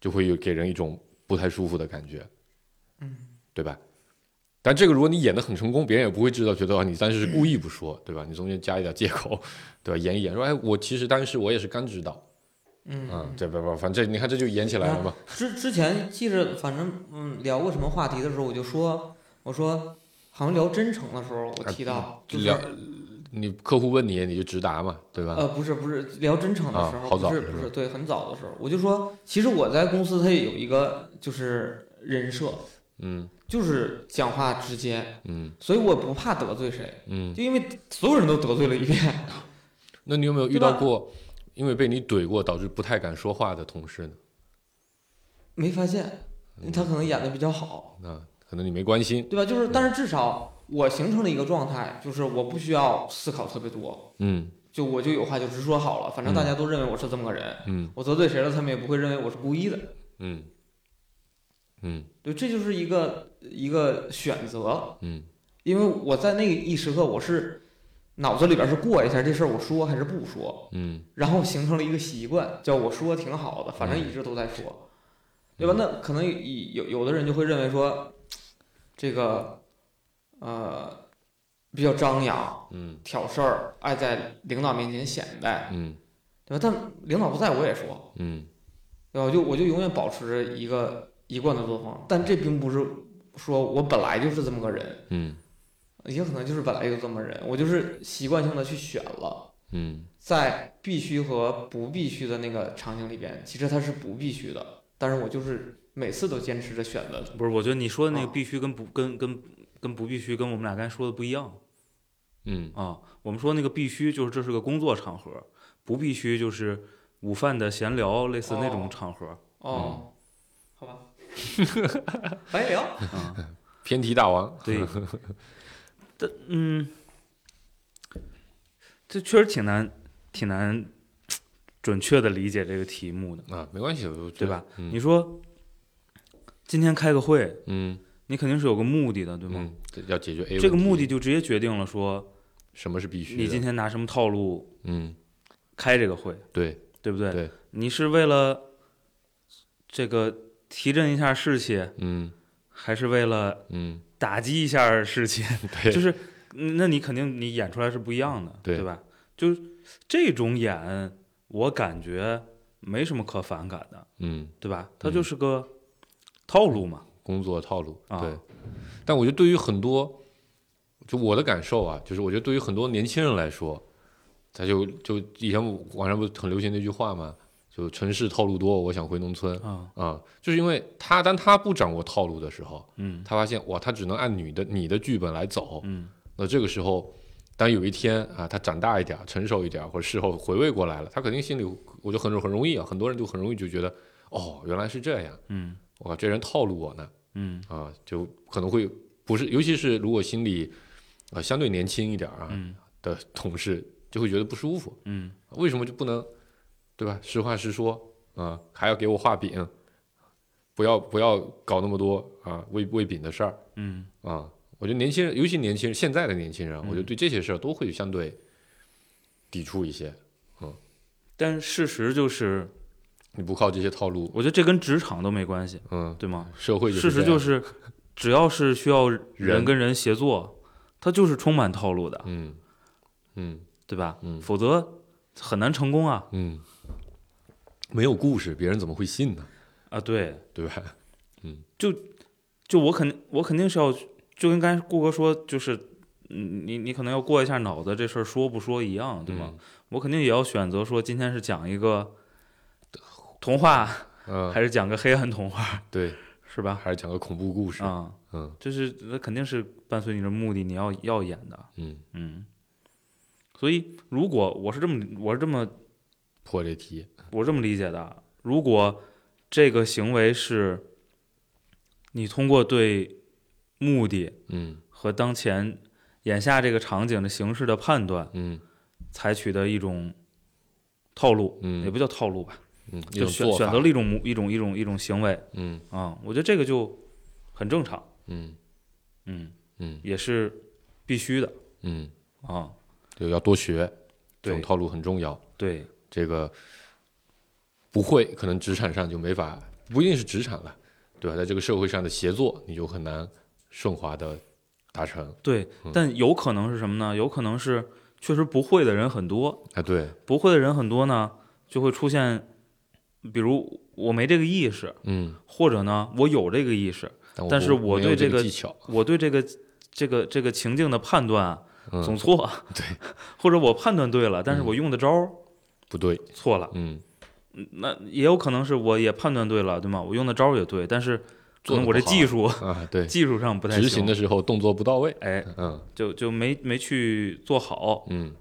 Speaker 5: 就会有给人一种不太舒服的感觉，
Speaker 3: 嗯，
Speaker 5: 对吧？但这个如果你演的很成功，别人也不会知道，觉得哦你当时是故意不说，对吧？你中间加一点借口，对吧？演一演说，哎，我其实当时我也是刚知道，啊、
Speaker 3: 嗯，
Speaker 5: 这不不，反正你看这就演起来了嘛，
Speaker 3: 之之前记着，反正嗯聊过什么话题的时候，我就说我说好像聊真诚的时候，我提到就是
Speaker 5: 啊聊你客户问你，你就直达嘛，对吧？
Speaker 3: 呃，不是不是，聊真诚的
Speaker 5: 啊
Speaker 3: 时候，
Speaker 5: 好早
Speaker 3: 不是
Speaker 5: 是
Speaker 3: 不
Speaker 5: 吧
Speaker 3: 是，对，很早的时候，我就说，其实我在公司它也有一个就是人设，
Speaker 5: 嗯
Speaker 3: 就是讲话直接，
Speaker 5: 嗯
Speaker 3: 所以我不怕得罪谁，
Speaker 5: 嗯。
Speaker 3: 就因为所有人都得罪了一遍，
Speaker 5: 那你有没有遇
Speaker 3: 对
Speaker 5: 到
Speaker 3: 吧
Speaker 5: 过因为被你怼过导致不太敢说话的同事呢？
Speaker 3: 没发现，
Speaker 5: 嗯
Speaker 3: 他可能演的比较好，
Speaker 5: 啊，可能你没关心，
Speaker 3: 对吧？就是，但是至少我形成了一个状态，就是我不需要思考特别多，
Speaker 5: 嗯
Speaker 3: 就我就有话就直说好了，反正大家都认为我是这么个人，
Speaker 5: 嗯
Speaker 3: 我得罪谁了，他们也不会认为我是故意的。
Speaker 5: 嗯嗯
Speaker 3: 对，这就是一个一个选择，
Speaker 5: 嗯
Speaker 3: 因为我在那一时刻，我是脑子里边是过一下这事儿我说还是不说，
Speaker 5: 嗯
Speaker 3: 然后形成了一个习惯，叫我说挺好的，反正一直都在
Speaker 5: 嗯
Speaker 3: 说，对吧？那可能有有的人就会认为说，这个呃比较张扬、
Speaker 5: 嗯
Speaker 3: 挑事儿，爱在领导面前显摆，
Speaker 5: 嗯
Speaker 3: 对吧？但领导不在我也说，
Speaker 5: 嗯
Speaker 3: 对吧？我就我就永远保持着一个一贯的作风，但这并不是说我本来就是这么个人，
Speaker 5: 嗯
Speaker 3: 也可能就是本来就这么人，我就是习惯性的去选了。
Speaker 5: 嗯
Speaker 3: 在必须和不必须的那个场景里边，其实它是不必须的，但是我就是每次都坚持着选择它。
Speaker 4: 不是，我觉得你说的那个
Speaker 3: 啊
Speaker 4: 必须跟不、跟跟跟不必须跟我们俩刚才说的不一样
Speaker 5: 嗯
Speaker 4: 啊。我们说那个必须就是这是个工作场合，不必须就是午饭的闲聊，类似那
Speaker 3: 哦
Speaker 4: 种场合。
Speaker 5: 嗯
Speaker 3: 哦，好 吧，白聊。
Speaker 5: 偏题大王，
Speaker 4: 啊 对，但嗯，这确实挺难，挺难准确的理解这个题目的。
Speaker 5: 啊，没关系，我觉
Speaker 4: 对
Speaker 5: 得
Speaker 4: 吧？
Speaker 5: 嗯
Speaker 4: 你说今天开个会，
Speaker 5: 嗯
Speaker 4: 你肯定是有个目的的，对吗？
Speaker 5: 嗯，这要解决 A
Speaker 4: 这个
Speaker 5: 问
Speaker 4: 目的就直接决定了说
Speaker 5: 什么是必须的？
Speaker 4: 你今天拿什么套路
Speaker 5: 嗯
Speaker 4: 开这个会，
Speaker 5: 对
Speaker 4: 对不对？
Speaker 5: 对
Speaker 4: 你是为了这个提振一下士气，
Speaker 5: 嗯
Speaker 4: 还是为了
Speaker 5: 嗯
Speaker 4: 打击一下士气？
Speaker 5: 对
Speaker 4: 就是那你肯定你演出来是不一样的，
Speaker 5: 对
Speaker 4: 吧？就是这种演，我感觉没什么可反感的，
Speaker 5: 嗯
Speaker 4: 对吧？它就是个套路嘛，
Speaker 5: 工作套路。
Speaker 4: 啊
Speaker 5: 对，但我觉得对于很多，就我的感受啊，就是我觉得对于很多年轻人来说，他就就以前网上不是很流行那句话嘛，就城市套路多，我想回农村
Speaker 4: 啊，
Speaker 5: 啊、就是因为他当他不掌握套路的时候，
Speaker 4: 嗯
Speaker 5: 他发现哇，他只能按你的你的剧本来走。
Speaker 4: 嗯。
Speaker 5: 那这个时候，当有一天啊，他长大一点儿、成熟一点儿，或者事后回味过来了，他肯定心里，我就很很容易啊，很多人就很容易就觉得，哦，原来是这样，
Speaker 4: 嗯
Speaker 5: 我靠，这人套路我呢。
Speaker 4: 嗯
Speaker 5: 啊，就可能会不是，尤其是如果心里呃相对年轻一点儿啊、
Speaker 4: 嗯
Speaker 5: 的同事，就会觉得不舒服。啊
Speaker 4: 嗯
Speaker 5: 为什么就不能对吧？实话实说啊，还要给我画饼，不要不要搞那么多啊喂喂饼的事儿
Speaker 4: 嗯
Speaker 5: 啊。我觉得年轻人，尤其年轻人，现在的年轻人啊，我觉得对这些事儿都会相对抵触一些。，
Speaker 4: 但事实就是，
Speaker 5: 你不靠这些套路，
Speaker 4: 我觉得这跟职场都没关系，
Speaker 5: 嗯，
Speaker 4: 对吗？
Speaker 5: 社会
Speaker 4: 事实
Speaker 5: 这样
Speaker 4: 就是，只要是需要人
Speaker 5: 人
Speaker 4: 跟人协作，它就是充满套路的，
Speaker 5: 嗯嗯
Speaker 4: 对吧？
Speaker 5: 嗯
Speaker 4: 否则很难成功啊
Speaker 5: 嗯，没有故事，别人怎么会信呢？
Speaker 4: 啊！对，
Speaker 5: 对吧？
Speaker 4: 就我肯定我肯定是要，就跟刚才顾哥说，就是嗯你你可能要过一下脑子，这事儿说不说一样，对吗？我肯定也要选择说，今天是讲一个童话，
Speaker 5: 嗯，
Speaker 4: 还是讲个黑暗童话，
Speaker 5: 对，
Speaker 4: 是吧？
Speaker 5: 还是讲个恐怖故事。
Speaker 4: 啊，
Speaker 5: 嗯
Speaker 4: 就是那肯定是伴随你的目的，你要要演的，
Speaker 5: 嗯，
Speaker 4: 嗯。所以如果我是这么我是这么
Speaker 5: 破这题，
Speaker 4: 我是这么理解的，如果这个行为是你通过对目的
Speaker 5: 嗯
Speaker 4: 和当前眼下这个场景的形式的判断，
Speaker 5: 嗯
Speaker 4: 采取的一种套路，
Speaker 5: 嗯，
Speaker 4: 也不叫套路吧，
Speaker 5: 嗯，一
Speaker 4: 就
Speaker 5: 种
Speaker 4: 选
Speaker 5: 做
Speaker 4: 选
Speaker 5: 法
Speaker 4: 择了一种模一种一种一种行为
Speaker 5: 嗯
Speaker 4: 啊、我觉得这个就很正常，
Speaker 5: 嗯
Speaker 4: 嗯，
Speaker 5: 嗯
Speaker 4: 也是必须的
Speaker 5: 嗯，
Speaker 4: 啊，
Speaker 5: 就要多学，这种
Speaker 4: 对
Speaker 5: 套路很重要。
Speaker 4: 对，
Speaker 5: 这个不会，可能职场上就没法，不一定是职场了，对吧？在这个社会上的协作，你就很难顺滑的达成。
Speaker 4: 对，
Speaker 5: 嗯
Speaker 4: 但有可能是什么呢？有可能是确实不会的人很多，
Speaker 5: 啊，对，
Speaker 4: 不会的人很多呢，就会出现，比如我没这个意识，
Speaker 5: 嗯，
Speaker 4: 或者呢我有这个意识，
Speaker 5: 但我
Speaker 4: 但
Speaker 5: 不
Speaker 4: 是我
Speaker 5: 没有
Speaker 4: 对
Speaker 5: 这
Speaker 4: 这个
Speaker 5: 技巧，
Speaker 4: 我对这个这个这个情境的判断啊
Speaker 5: 嗯
Speaker 4: 总错，
Speaker 5: 对， 嗯
Speaker 4: 或者我判断对了，但是我用的招儿
Speaker 5: 不对，
Speaker 4: 错了，
Speaker 5: 嗯，
Speaker 4: 那也有可能是我也判断对了，对吗？我用的招儿也对，但是可
Speaker 5: 做
Speaker 4: 能
Speaker 5: 得
Speaker 4: 我
Speaker 5: 不
Speaker 4: 这
Speaker 5: 好
Speaker 4: 技术
Speaker 5: 啊，对，
Speaker 4: 技术上不太
Speaker 5: 执行
Speaker 4: 行，
Speaker 5: 的时候动作不到位，
Speaker 4: 哎，
Speaker 5: 嗯
Speaker 4: 就就没没去做好，
Speaker 5: 嗯，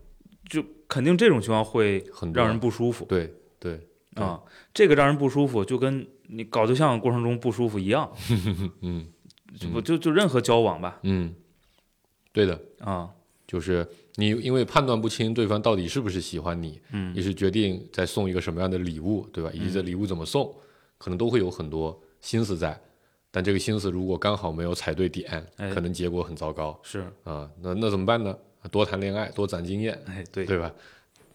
Speaker 4: 就肯定这种情况会
Speaker 5: 很多
Speaker 4: 让人不舒服。
Speaker 5: 对对，
Speaker 4: 啊，这个让人不舒服，就跟你搞对象的过程中不舒服一样，
Speaker 5: 嗯
Speaker 4: 就不就就任何交往吧，
Speaker 5: 嗯，对的，
Speaker 4: 啊，
Speaker 5: 就是你因为判断不清对方到底是不是喜欢你，
Speaker 4: 嗯
Speaker 5: 也是决定再送一个什么样的礼物，对吧？以及这礼物怎么送，可能都会有很多心思在。但这个心思如果刚好没有踩对点，
Speaker 4: 哎
Speaker 5: 可能结果很糟糕
Speaker 4: 是，
Speaker 5: 啊、那那怎么办呢？多谈恋爱，多攒经验，
Speaker 4: 哎，对，
Speaker 5: 对吧？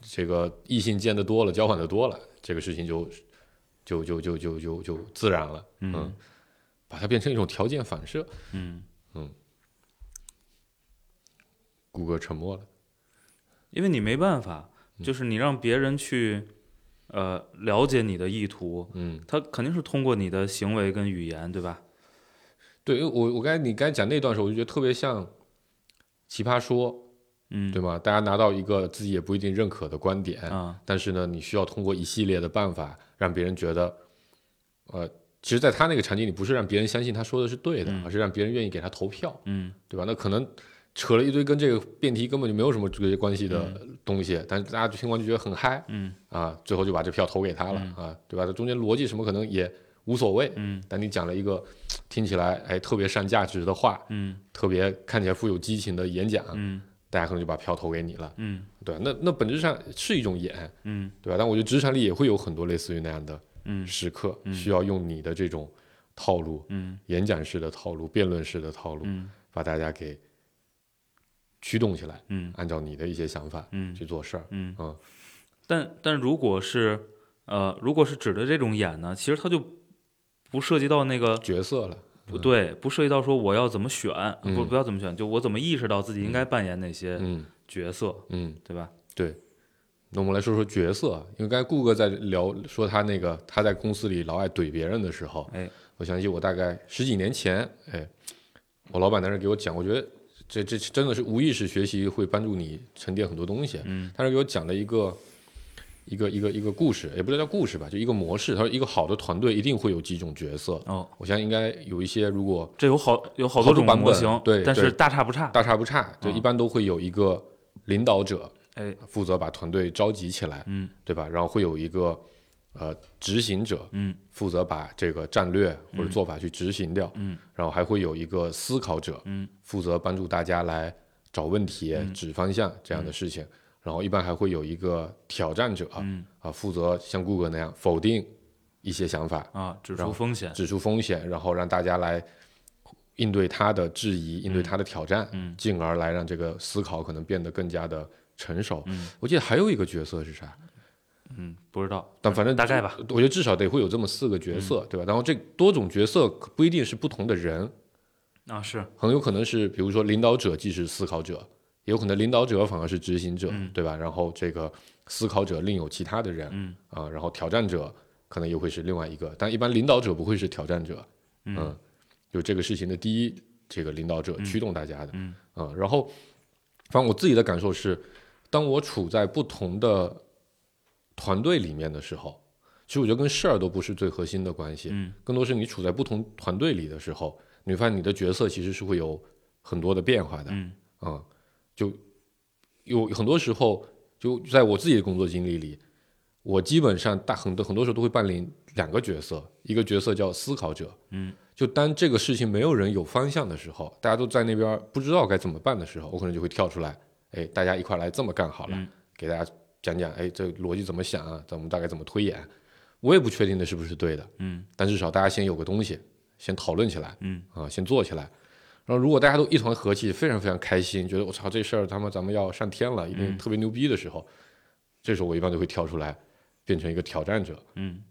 Speaker 5: 这个异性见的多了，交往的多了，这个事情就就就就就就就自然了，嗯，
Speaker 4: 嗯
Speaker 5: 把它变成一种条件反射。
Speaker 4: 嗯，
Speaker 5: 谷歌沉默了，
Speaker 4: 因为你没办法，就是你让别人去，呃，了解你的意图，
Speaker 5: 嗯，
Speaker 4: 他肯定是通过你的行为跟语言，对吧？
Speaker 5: 对，因为我我刚才你刚才讲那段时候，我就觉得特别像《奇葩说》，
Speaker 4: 嗯，
Speaker 5: 对吗？大家拿到一个自己也不一定认可的观点，
Speaker 4: 啊，
Speaker 5: 但是呢，你需要通过一系列的办法让别人觉得，呃，其实，在他那个场景里，不是让别人相信他说的是对的，而是让别人愿意给他投票，
Speaker 4: 嗯，
Speaker 5: 对吧？那可能扯了一堆跟这个辩题根本就没有什么直接关系的东西，但是大家就听完就觉得很嗨，
Speaker 4: 嗯
Speaker 5: 啊，最后就把这票投给他了、啊，对吧？这中间逻辑什么可能也无所谓，
Speaker 4: 嗯，
Speaker 5: 但你讲了一个听起来哎特别上价值的话，
Speaker 4: 嗯
Speaker 5: 特别看起来富有激情的演讲，
Speaker 4: 嗯
Speaker 5: 大家可能就把票投给你了，
Speaker 4: 嗯
Speaker 5: 对吧？那那本质上是一种演，
Speaker 4: 嗯
Speaker 5: 对吧？但我觉得职场里也会有很多类似于那样的
Speaker 4: 嗯
Speaker 5: 时刻，需要用你的这种套路，
Speaker 4: 嗯
Speaker 5: 演讲式的套路、辩论式的套路，
Speaker 4: 嗯
Speaker 5: 把大家给驱动起来，
Speaker 4: 嗯
Speaker 5: 按照你的一些想法
Speaker 4: 嗯
Speaker 5: 去做事儿。
Speaker 4: 嗯
Speaker 5: 嗯
Speaker 4: 但但如果是呃，如果是指的这种演呢，其实它就不涉及到那个
Speaker 5: 角色了，
Speaker 4: 不对，不涉及到说我要怎么选，
Speaker 5: 嗯
Speaker 4: 不不要怎么选，就我怎么意识到自己应该扮演哪些
Speaker 5: 嗯
Speaker 4: 角色，
Speaker 5: 嗯，
Speaker 4: 对吧？
Speaker 5: 那我们来说说角色，啊因为刚才顾哥在聊说他那个他在公司里老爱怼别人的时候，
Speaker 4: 哎，
Speaker 5: 我想起我大概十几年前，哎，我老板在那儿给我讲，我觉得这这真的是无意识学习会帮助你沉淀很多东西。啊
Speaker 4: 嗯，
Speaker 5: 他是给我讲了一个一个一个一个故事，也不能叫故事吧，就一个模式。他说一个好的团队一定会有几种角色，
Speaker 4: 哦，
Speaker 5: 我相信应该有一些如果
Speaker 4: 这有好有好
Speaker 5: 好
Speaker 4: 多
Speaker 5: 多
Speaker 4: 种
Speaker 5: 版
Speaker 4: 模
Speaker 5: 本
Speaker 4: 型，
Speaker 5: 对
Speaker 4: 但
Speaker 5: 对
Speaker 4: 是大差不差。嗯
Speaker 5: 大差不差，就一般都会有一个领导者，
Speaker 4: 哎，
Speaker 5: 负责把团队召集起来，
Speaker 4: 嗯，
Speaker 5: 对吧？然后会有一个呃执行者，
Speaker 4: 嗯，
Speaker 5: 负责把这个战略或者做法去执行掉，
Speaker 4: 嗯，
Speaker 5: 然后还会有一个思考者，
Speaker 4: 嗯，
Speaker 5: 负责帮助大家来找问题、指方向这样的事情。然后一般还会有一个挑战者，
Speaker 4: 嗯
Speaker 5: 啊，负责像顾哥那样否定一些想法，
Speaker 4: 啊，指
Speaker 5: 然
Speaker 4: 出
Speaker 5: 后
Speaker 4: 风险，
Speaker 5: 指出风险，然后让大家来应对他的质疑，应对他的挑战，
Speaker 4: 嗯
Speaker 5: 进而来让这个思考可能变得更加的成熟。
Speaker 4: 嗯
Speaker 5: 我记得还有一个角色是啥？
Speaker 4: 嗯，不知道，
Speaker 5: 但反正
Speaker 4: 大概吧。嗯
Speaker 5: 我觉得至少得会有这么四个角色，对吧？然后这多种角色可不一定是不同的人，
Speaker 4: 啊，是，
Speaker 5: 很有可能是比如说领导者既是思考者，也有可能领导者反而是执行者，对吧？然后这个思考者另有其他的人，
Speaker 4: 嗯
Speaker 5: 啊、然后挑战者可能又会是另外一个，但一般领导者不会是挑战者，
Speaker 4: 嗯
Speaker 5: 就这个事情的第一这个领导者驱动大家的，
Speaker 4: 嗯
Speaker 5: 啊、然后反正我自己的感受是，当我处在不同的团队里面的时候，其实我觉得跟事儿都不是最核心的关系，
Speaker 4: 嗯
Speaker 5: 更多是你处在不同团队里的时候，你会发现你的角色其实是会有很多的变化的，
Speaker 4: 嗯
Speaker 5: 啊、就有很多时候，就在我自己的工作经历里，我基本上大很多很多时候都会扮演两个角色，一个角色叫思考者，
Speaker 4: 嗯，
Speaker 5: 就当这个事情没有人有方向的时候，大家都在那边不知道该怎么办的时候，我可能就会跳出来，哎，大家一块儿来这么干好了，
Speaker 4: 嗯
Speaker 5: 给大家讲讲，哎，这逻辑怎么想啊，咱们大概怎么推演，我也不确定那是不是对的，
Speaker 4: 嗯
Speaker 5: 但至少大家先有个东西，先讨论起来，
Speaker 4: 嗯
Speaker 5: 啊，先做起来。然后如果大家都一团和气，非常非常开心，觉得我操这事儿他妈咱们要上天
Speaker 4: 嗯
Speaker 5: 了，一定特别牛逼的时候，这时候我一般就会跳出来，变成一个挑战者
Speaker 4: 嗯，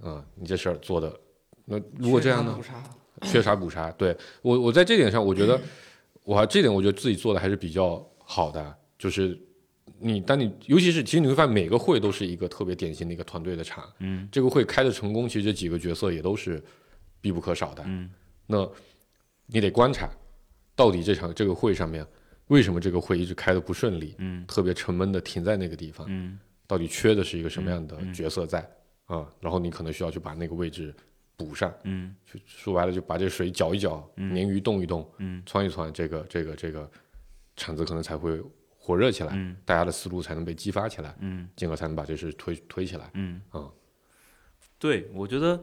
Speaker 5: 啊，你这事儿做的。那如果这样呢？
Speaker 3: 不差
Speaker 5: 缺啥补啥。对我，我在这点上，我觉得我还这点我觉得自己做的还是比较好的，啊就是你当你尤其是其实你会发现每个会都是一个特别典型的一个团队的场，
Speaker 4: 嗯，
Speaker 5: 这个会开的成功，其实这几个角色也都是必不可少的，
Speaker 4: 嗯，
Speaker 5: 那你得观察到底这场这个会上面为什么这个会一直开的不顺利，
Speaker 4: 嗯，
Speaker 5: 特别沉闷的停在那个地方，
Speaker 4: 嗯，
Speaker 5: 到底缺的是一个什么样的角色在啊、然后你可能需要去把那个位置补上，
Speaker 4: 嗯
Speaker 5: 就说白了就把这水搅一搅，鲶鱼动一动，
Speaker 4: 嗯
Speaker 5: 窜一窜，这个这个这个铲子可能才会火热起来，
Speaker 4: 嗯
Speaker 5: 大家的思路才能被激发起来，
Speaker 4: 嗯
Speaker 5: 啊进而才能把这事推推起来。
Speaker 4: 嗯
Speaker 5: 嗯
Speaker 4: 对，我觉得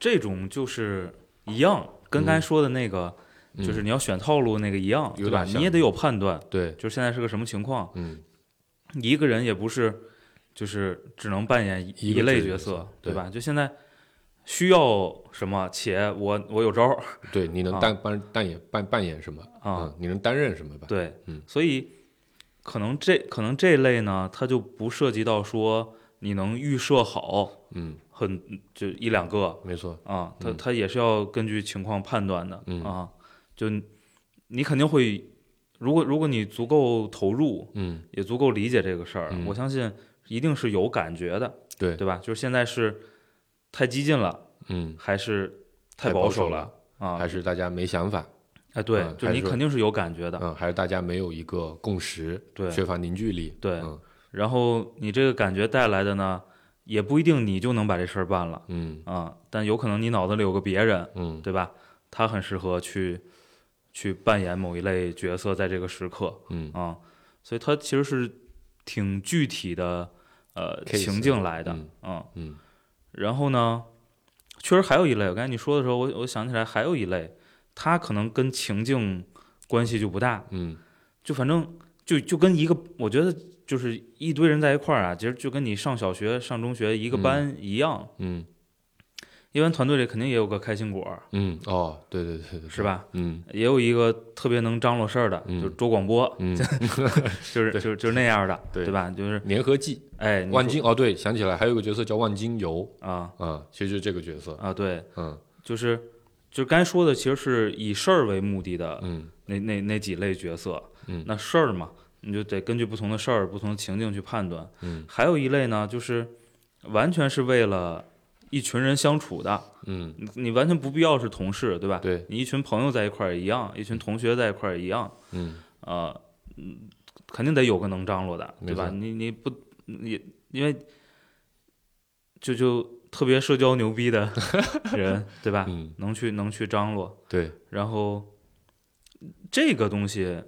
Speaker 4: 这种就是一样，跟刚才说的那个，
Speaker 5: 嗯
Speaker 4: 就是你要选套路那个一样，
Speaker 5: 有
Speaker 4: 对吧？
Speaker 5: 点像
Speaker 4: 你也得有判断，
Speaker 5: 对，
Speaker 4: 就是现在是个什么情况，
Speaker 5: 嗯，
Speaker 4: 一个人也不是就是只能扮演一
Speaker 5: 一个
Speaker 4: 类
Speaker 5: 角
Speaker 4: 角
Speaker 5: 色
Speaker 4: 色，
Speaker 5: 对
Speaker 4: 吧？就现在需要什么，且我我有招儿
Speaker 5: 对，你能
Speaker 4: 啊
Speaker 5: 担扮扮演扮扮演什么
Speaker 4: 啊，
Speaker 5: 嗯你能担任什么吧？
Speaker 4: 对，
Speaker 5: 嗯
Speaker 4: 所以可能这可能这类呢，它就不涉及到说你能预设好
Speaker 5: 嗯，
Speaker 4: 很就一两个
Speaker 5: 没错，
Speaker 4: 啊，它
Speaker 5: 嗯
Speaker 4: 它也是要根据情况判断的、
Speaker 5: 嗯
Speaker 4: 啊，就你你肯定会，如果如果你足够投入，
Speaker 5: 嗯，
Speaker 4: 也足够理解这个事儿，
Speaker 5: 嗯
Speaker 4: 我相信一定是有感觉的，
Speaker 5: 对，
Speaker 4: 对吧？就是现在是太激进了，
Speaker 5: 嗯，
Speaker 4: 还是
Speaker 5: 太
Speaker 4: 保
Speaker 5: 保守
Speaker 4: 了啊？
Speaker 5: 还是大家没想法，
Speaker 4: 哎，对，
Speaker 5: 嗯
Speaker 4: 就
Speaker 5: 还
Speaker 4: 你
Speaker 5: 是
Speaker 4: 肯定是有感觉的，
Speaker 5: 嗯，还是大家没有一个共识，
Speaker 4: 对
Speaker 5: 缺乏凝聚力，
Speaker 4: 对
Speaker 5: 嗯
Speaker 4: 然后你这个感觉带来的呢，也不一定你就能把这事儿办了
Speaker 5: 嗯
Speaker 4: 啊，但有可能你脑子里有个别人，
Speaker 5: 嗯，
Speaker 4: 对吧？他很适合去去扮演某一类角色，在这个时刻
Speaker 5: 嗯
Speaker 4: 啊，所以它其实是挺具体的呃
Speaker 5: Case，
Speaker 4: 情境来的
Speaker 5: 嗯
Speaker 4: 啊。
Speaker 5: 嗯
Speaker 4: 然后呢，确实还有一类，我刚才你说的时候，我我想起来还有一类，它可能跟情境关系就不大，
Speaker 5: 嗯
Speaker 4: 就反正就就跟一个，我觉得就是一堆人在一块儿啊，其实就跟你上小学、上中学一个班一样，
Speaker 5: 嗯
Speaker 4: 一般团队里肯定也有个开心果儿，
Speaker 5: 嗯，哦，对对对对对，
Speaker 4: 是吧？
Speaker 5: 嗯
Speaker 4: 也有一个特别能张罗事儿的，
Speaker 5: 嗯
Speaker 4: 就是周广波，
Speaker 5: 嗯，
Speaker 4: 就是
Speaker 5: 对
Speaker 4: 就是就是那样的，
Speaker 5: 对
Speaker 4: 吧？就是
Speaker 5: 粘合剂，
Speaker 4: 哎，你说
Speaker 5: 万金哦，对，想起来还有个角色叫万金油
Speaker 4: 啊
Speaker 5: 啊，其实就是这个角色，
Speaker 4: 啊，对，
Speaker 5: 嗯
Speaker 4: 就是就是刚才说的，其实是以事儿为目的的
Speaker 5: 嗯
Speaker 4: 那那那几类角色，
Speaker 5: 嗯
Speaker 4: 那事儿嘛，你就得根据不同的事儿、不同的情境去判断。
Speaker 5: 嗯
Speaker 4: 还有一类呢，就是完全是为了一群人相处的，
Speaker 5: 嗯，
Speaker 4: 你你完全不必要是同事，对吧？
Speaker 5: 对，
Speaker 4: 你一群朋友在一块儿也一样，一群同学在一块儿也一样，
Speaker 5: 嗯
Speaker 4: 啊、嗯，肯定得有个能张罗的，
Speaker 5: 没
Speaker 4: 对吧？
Speaker 5: 错
Speaker 4: 你你不你因为就就特别社交牛逼 的人，对吧？
Speaker 5: 嗯，
Speaker 4: 能去能去张罗，
Speaker 5: 对，
Speaker 4: 然后这个东西，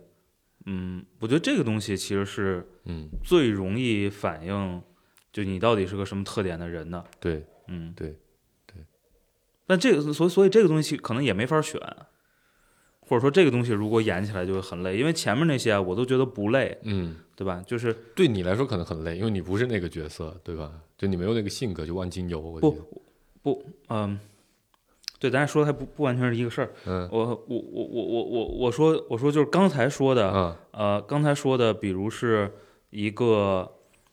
Speaker 4: 嗯，我觉得这个东西其实是
Speaker 5: 嗯
Speaker 4: 最容易反映就你到底是个什么特点的人的。
Speaker 5: 对，
Speaker 4: 嗯，
Speaker 5: 对，对。
Speaker 4: 但这个，所以所以这个东西可能也没法选，或者说这个东西如果演起来就会很累，因为前面那些啊我都觉得不累，
Speaker 5: 嗯，
Speaker 4: 对吧？就是
Speaker 5: 对你来说可能很累，因为你不是那个角色，对吧？就你没有那个性格，就万金油，我觉得，
Speaker 4: 不不，嗯，对，咱俩说的还不不完全是一个事儿。
Speaker 5: 嗯
Speaker 4: 我我我我我我我说我说就是刚才说的，
Speaker 5: 啊，
Speaker 4: 呃，刚才说的，比如是一个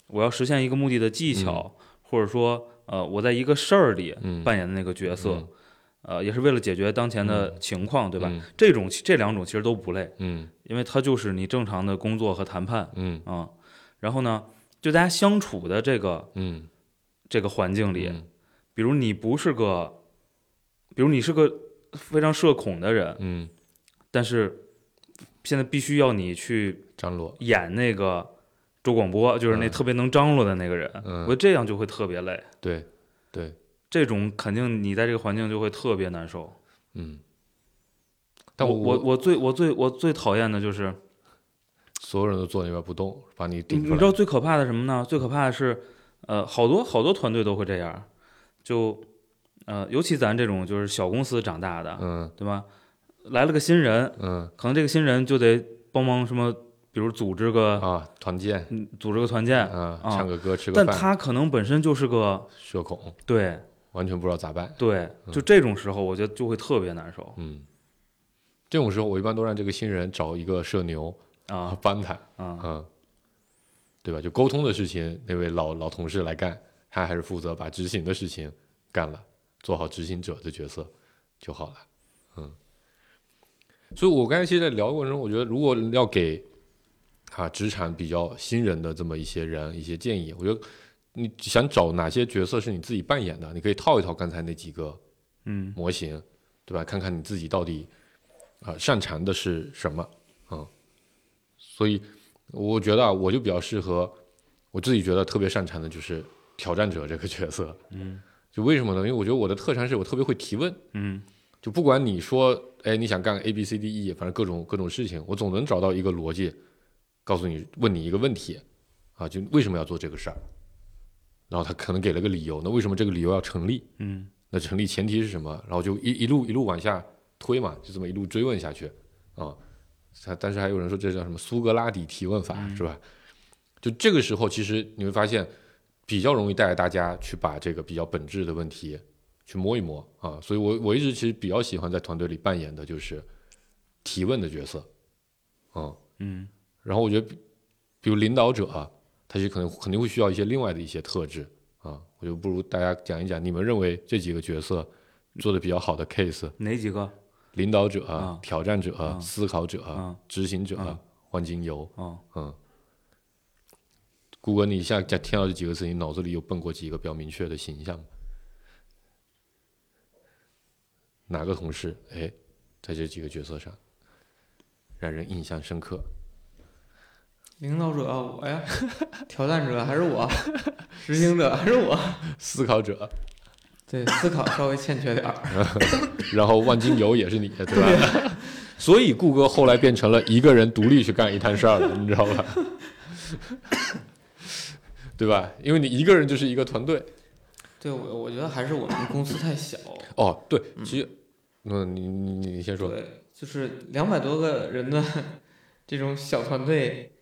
Speaker 4: 我要实现一个目的的技巧，或者说呃我在一个事儿里
Speaker 5: 嗯
Speaker 4: 扮演的那个角色，
Speaker 5: 嗯
Speaker 4: 呃，也是为了解决当前的情况，对吧？
Speaker 5: 嗯
Speaker 4: 这种这两种其实都不累，
Speaker 5: 嗯
Speaker 4: 因为它就是你正常的工作和谈判
Speaker 5: 嗯
Speaker 4: 啊、然后呢，就大家相处的这个
Speaker 5: 嗯，
Speaker 4: 这个环境里，
Speaker 5: 嗯
Speaker 4: 比如你不是个，比如你是个非常社恐的人，
Speaker 5: 嗯，
Speaker 4: 但是现在必须要你去
Speaker 5: 张罗，
Speaker 4: 演那个周广波，就是那
Speaker 5: 嗯
Speaker 4: 特别能张罗的那个人，
Speaker 5: 嗯
Speaker 4: 我觉得这样就会特别累。
Speaker 5: 对对，
Speaker 4: 这种肯定你在这个环境就会特别难受。
Speaker 5: 嗯，但
Speaker 4: 我
Speaker 5: 我
Speaker 4: 我最我最我最讨厌的就是，
Speaker 5: 所有人都坐那边不动，把你
Speaker 4: 嗯你
Speaker 5: 顶出
Speaker 4: 你
Speaker 5: 来。
Speaker 4: 知道最可怕的是什么呢？最可怕的是，呃，好多好多团队都会这样，就呃，尤其咱这种就是小公司长大的，
Speaker 5: 嗯
Speaker 4: 对吧？来了个新人，
Speaker 5: 嗯
Speaker 4: 可能这个新人就得帮忙什么，比如组织个、
Speaker 5: 啊，团建
Speaker 4: 嗯组织个团建，
Speaker 5: 啊，
Speaker 4: 啊
Speaker 5: 唱个歌吃个
Speaker 4: 但
Speaker 5: 饭，
Speaker 4: 他可能本身就是个
Speaker 5: 社恐，
Speaker 4: 对。
Speaker 5: 完全不知道咋办。
Speaker 4: 对，就这种时候，我觉得就会特别难受
Speaker 5: 嗯，这种时候我一般都让这个新人找一个社牛
Speaker 4: 啊
Speaker 5: 帮他，
Speaker 4: 啊！
Speaker 5: 嗯，对吧？就沟通的事情，那位老老同事来干，他还是负责把执行的事情干了，做好执行者的角色就好了。嗯，所以我刚才其实在聊过程中，我觉得如果要给啊职场比较新人的这么一些人一些建议，我觉得你想找哪些角色是你自己扮演的，你可以套一套刚才那几个
Speaker 4: 嗯
Speaker 5: 模型，对吧？看看你自己到底啊、擅长的是什么嗯。所以我觉得啊，我就比较适合，我自己觉得特别擅长的就是挑战者这个角色。
Speaker 4: 嗯，
Speaker 5: 就为什么呢？因为我觉得我的特长是我特别会提问，
Speaker 4: 嗯
Speaker 5: 就不管你说，哎，你想干 A B C D E，反正各种各种事情，我总能找到一个逻辑，告诉你问你一个问题，啊，就为什么要做这个事儿，然后他可能给了个理由，那为什么这个理由要成立？
Speaker 4: 嗯
Speaker 5: 那成立前提是什么？然后就一一路一路往下推嘛，就这么一路追问下去啊。他但是还有人说这叫什么苏格拉底提问法、是吧？就这个时候，其实你会发现比较容易带着大家去把这个比较本质的问题去摸一摸啊。所以我我一直其实比较喜欢在团队里扮演的就是提问的角色，嗯。
Speaker 4: 嗯
Speaker 5: 然后我觉得比，比如领导者、啊，他就可能肯定会需要一些另外的一些特质啊。我就不如大家讲一讲，你们认为这几个角色做的比较好的 case：
Speaker 4: 哪几个？
Speaker 5: 领导者、
Speaker 4: 啊
Speaker 5: 挑战者、
Speaker 4: 啊
Speaker 5: 思考者、
Speaker 4: 啊
Speaker 5: 执行者、
Speaker 4: 啊
Speaker 5: 万金油。
Speaker 4: 哦，
Speaker 5: 嗯，顾哥，你一下讲听到这几个字，你脑子里有蹦过几个比较明确的形象吗？哪个同事哎，在这几个角色上让人印象深刻？
Speaker 3: 领导者我哎呀，挑战者还是我， 执行者还是我。
Speaker 5: 思考者。啊
Speaker 3: 对，思考稍微欠缺点儿。
Speaker 5: 然后万金油也是你的，对吧？所以顾哥后来变成了一个人独立去干一摊事儿了，你知道 吧？对吧？因为你一个人就是一个团队。
Speaker 3: 对我，我觉得还是我们公司太小。
Speaker 5: 哦，对，其实，嗯，你你你你先说。
Speaker 3: 对，就是两百多个人的这种小团队，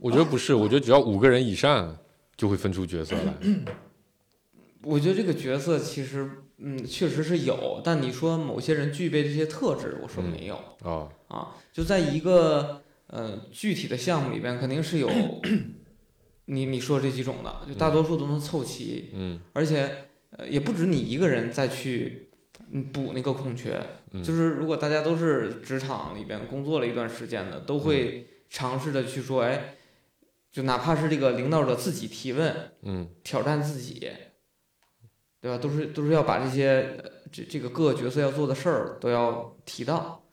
Speaker 5: 我觉得不是，我觉得只要五个人以上就会分出角色来。
Speaker 3: 我觉得这个角色其实，嗯，确实是有，但你说某些人具备这些特质，我说
Speaker 5: 嗯
Speaker 3: 没有、
Speaker 5: 哦，
Speaker 3: 啊。就在一个呃具体的项目里边，肯定是有 你你说这几种的，就大多数都能凑齐，
Speaker 5: 嗯
Speaker 3: 而且呃也不止你一个人再去嗯补那个空缺，
Speaker 5: 嗯
Speaker 3: 就是如果大家都是职场里边工作了一段时间的，都会尝试着去说，哎，就哪怕是这个领导者自己提问，
Speaker 5: 嗯
Speaker 3: 挑战自己，对吧？都是都是要把这些呃这这个各个角色要做的事儿都要提到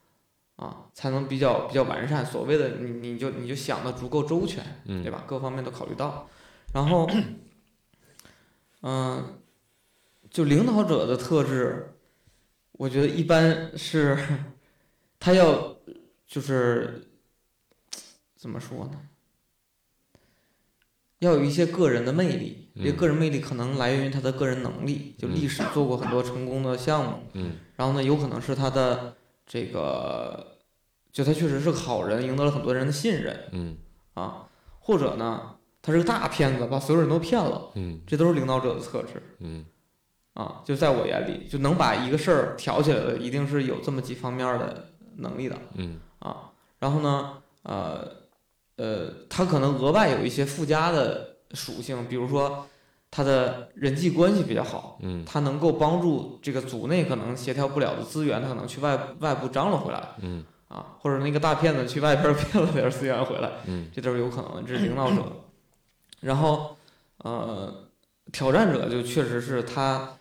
Speaker 3: 啊，才能比较比较完善。所谓的你你就你就想的足够周全，
Speaker 5: 嗯
Speaker 3: 对吧？各方面都考虑到，然后，嗯、就领导者的特质，我觉得一般是他要就是怎么说呢？要有一些个人的魅力，这
Speaker 5: 嗯
Speaker 3: 个人魅力可能来源于他的个人能力，就
Speaker 5: 嗯
Speaker 3: 历史做过很多成功的项目，
Speaker 5: 嗯
Speaker 3: 然后呢，有可能是他的这个，就他确实是个好人，赢得了很多人的信任，
Speaker 5: 嗯
Speaker 3: 啊，或者呢，他是个大骗子，把所有人都骗了，
Speaker 5: 嗯
Speaker 3: 这都是领导者的特质
Speaker 5: 嗯
Speaker 3: 啊。就在我眼里，就能把一个事儿挑起来的，一定是有这么几方面的能力的
Speaker 5: 嗯
Speaker 3: 啊。然后呢，呃呃，他可能额外有一些附加的属性，比如说他的人际关系比较好。
Speaker 5: 嗯
Speaker 3: 他能够帮助这个组内可能协调不了的资源，他可能去外外部张罗回来
Speaker 5: 嗯
Speaker 3: 啊，或者那个大骗子去外边儿 骗了点儿资源回来，
Speaker 5: 嗯
Speaker 3: 这都是有可能的，这是领导者。然后，呃，挑战者就确实是他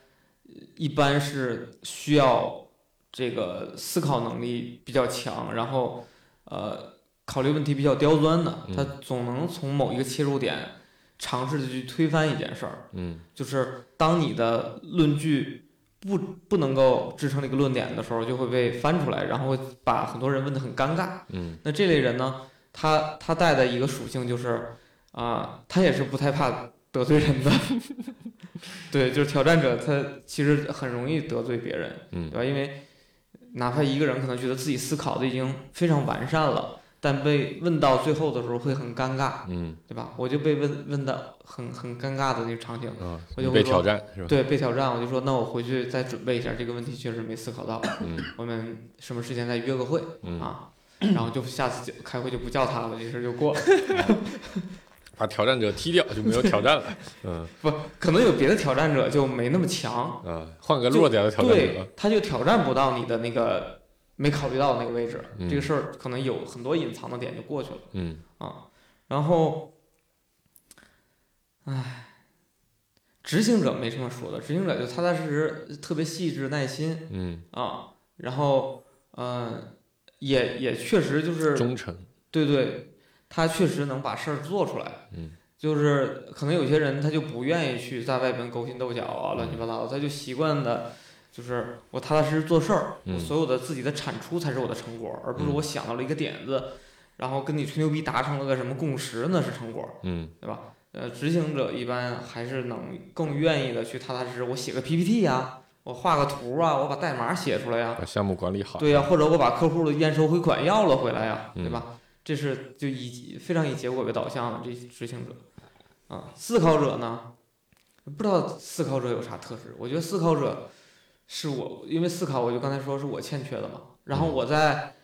Speaker 3: 一般是需要这个思考能力比较强，然后呃考虑问题比较刁钻的，
Speaker 5: 嗯
Speaker 3: 他总能从某一个切入点尝试着去推翻一件事儿。
Speaker 5: 嗯
Speaker 3: 就是当你的论据不不能够支撑这个论点的时候，就会被翻出来，然后会把很多人问得很尴尬。
Speaker 5: 嗯
Speaker 3: 那这类人呢，他他带的一个属性就是啊、他也是不太怕得罪人的， 对，就是挑战者，他其实很容易得罪别人，
Speaker 5: 嗯
Speaker 3: 对吧？因为哪怕一个人可能觉得自己思考的已经非常完善了，但被问到最后的时候会很尴尬，
Speaker 5: 嗯
Speaker 3: 对吧？我就被问问到很很尴尬的那个场景，
Speaker 5: 啊，
Speaker 3: 我就
Speaker 5: 你
Speaker 3: 会
Speaker 5: 被
Speaker 3: 说
Speaker 5: 挑战是吧？
Speaker 3: 对，被挑战，我就说那我回去再准备一下，这个问题确实没思考到，
Speaker 5: 嗯
Speaker 3: 我们什么时间再约个会。
Speaker 5: 嗯，
Speaker 3: 啊，然后就下次就开会就不叫他了，这事儿就过了。
Speaker 5: 把挑战者踢掉就没有挑战了。嗯
Speaker 3: 不，可能有别的挑战者就没那么强，
Speaker 5: 啊，换个弱点的挑战者
Speaker 3: 对。，他就挑战不到你的那个没考虑到的那个位置，
Speaker 5: 嗯
Speaker 3: 这个事儿可能有很多隐藏的点就过去了
Speaker 5: 嗯
Speaker 3: 啊。然后，唉，执行者没什么说的，执行者就踏踏实实，特别细致耐心
Speaker 5: 嗯，
Speaker 3: 啊，然后嗯、呃也也确实就是
Speaker 5: 忠诚。
Speaker 3: 对对，他确实能把事儿做出来。
Speaker 5: 嗯，
Speaker 3: 就是可能有些人他就不愿意去在外边勾心斗角
Speaker 5: 嗯
Speaker 3: 啊，乱七八糟的，他就习惯的，就是我踏踏实实做事儿，
Speaker 5: 嗯
Speaker 3: 我所有的自己的产出才是我的成果，而不是我想到了一个点子，然后跟你吹牛逼达成了个什么共识，那是成果，
Speaker 5: 嗯
Speaker 3: 对吧？呃，执行者一般还是能更愿意的去踏踏实实，我写个 PPT 呀、我画个图啊，我把代码写出来呀、
Speaker 5: 把项目管理好。
Speaker 3: 对呀、或者我把客户的验收回款要了回来呀、
Speaker 5: 嗯
Speaker 3: 对吧？这是就以非常以结果为导向的这执行者，啊，思考者呢，不知道思考者有啥特质？我觉得思考者是我，因为思考，我就刚才说是我欠缺的嘛。然后
Speaker 5: 嗯
Speaker 3: 我在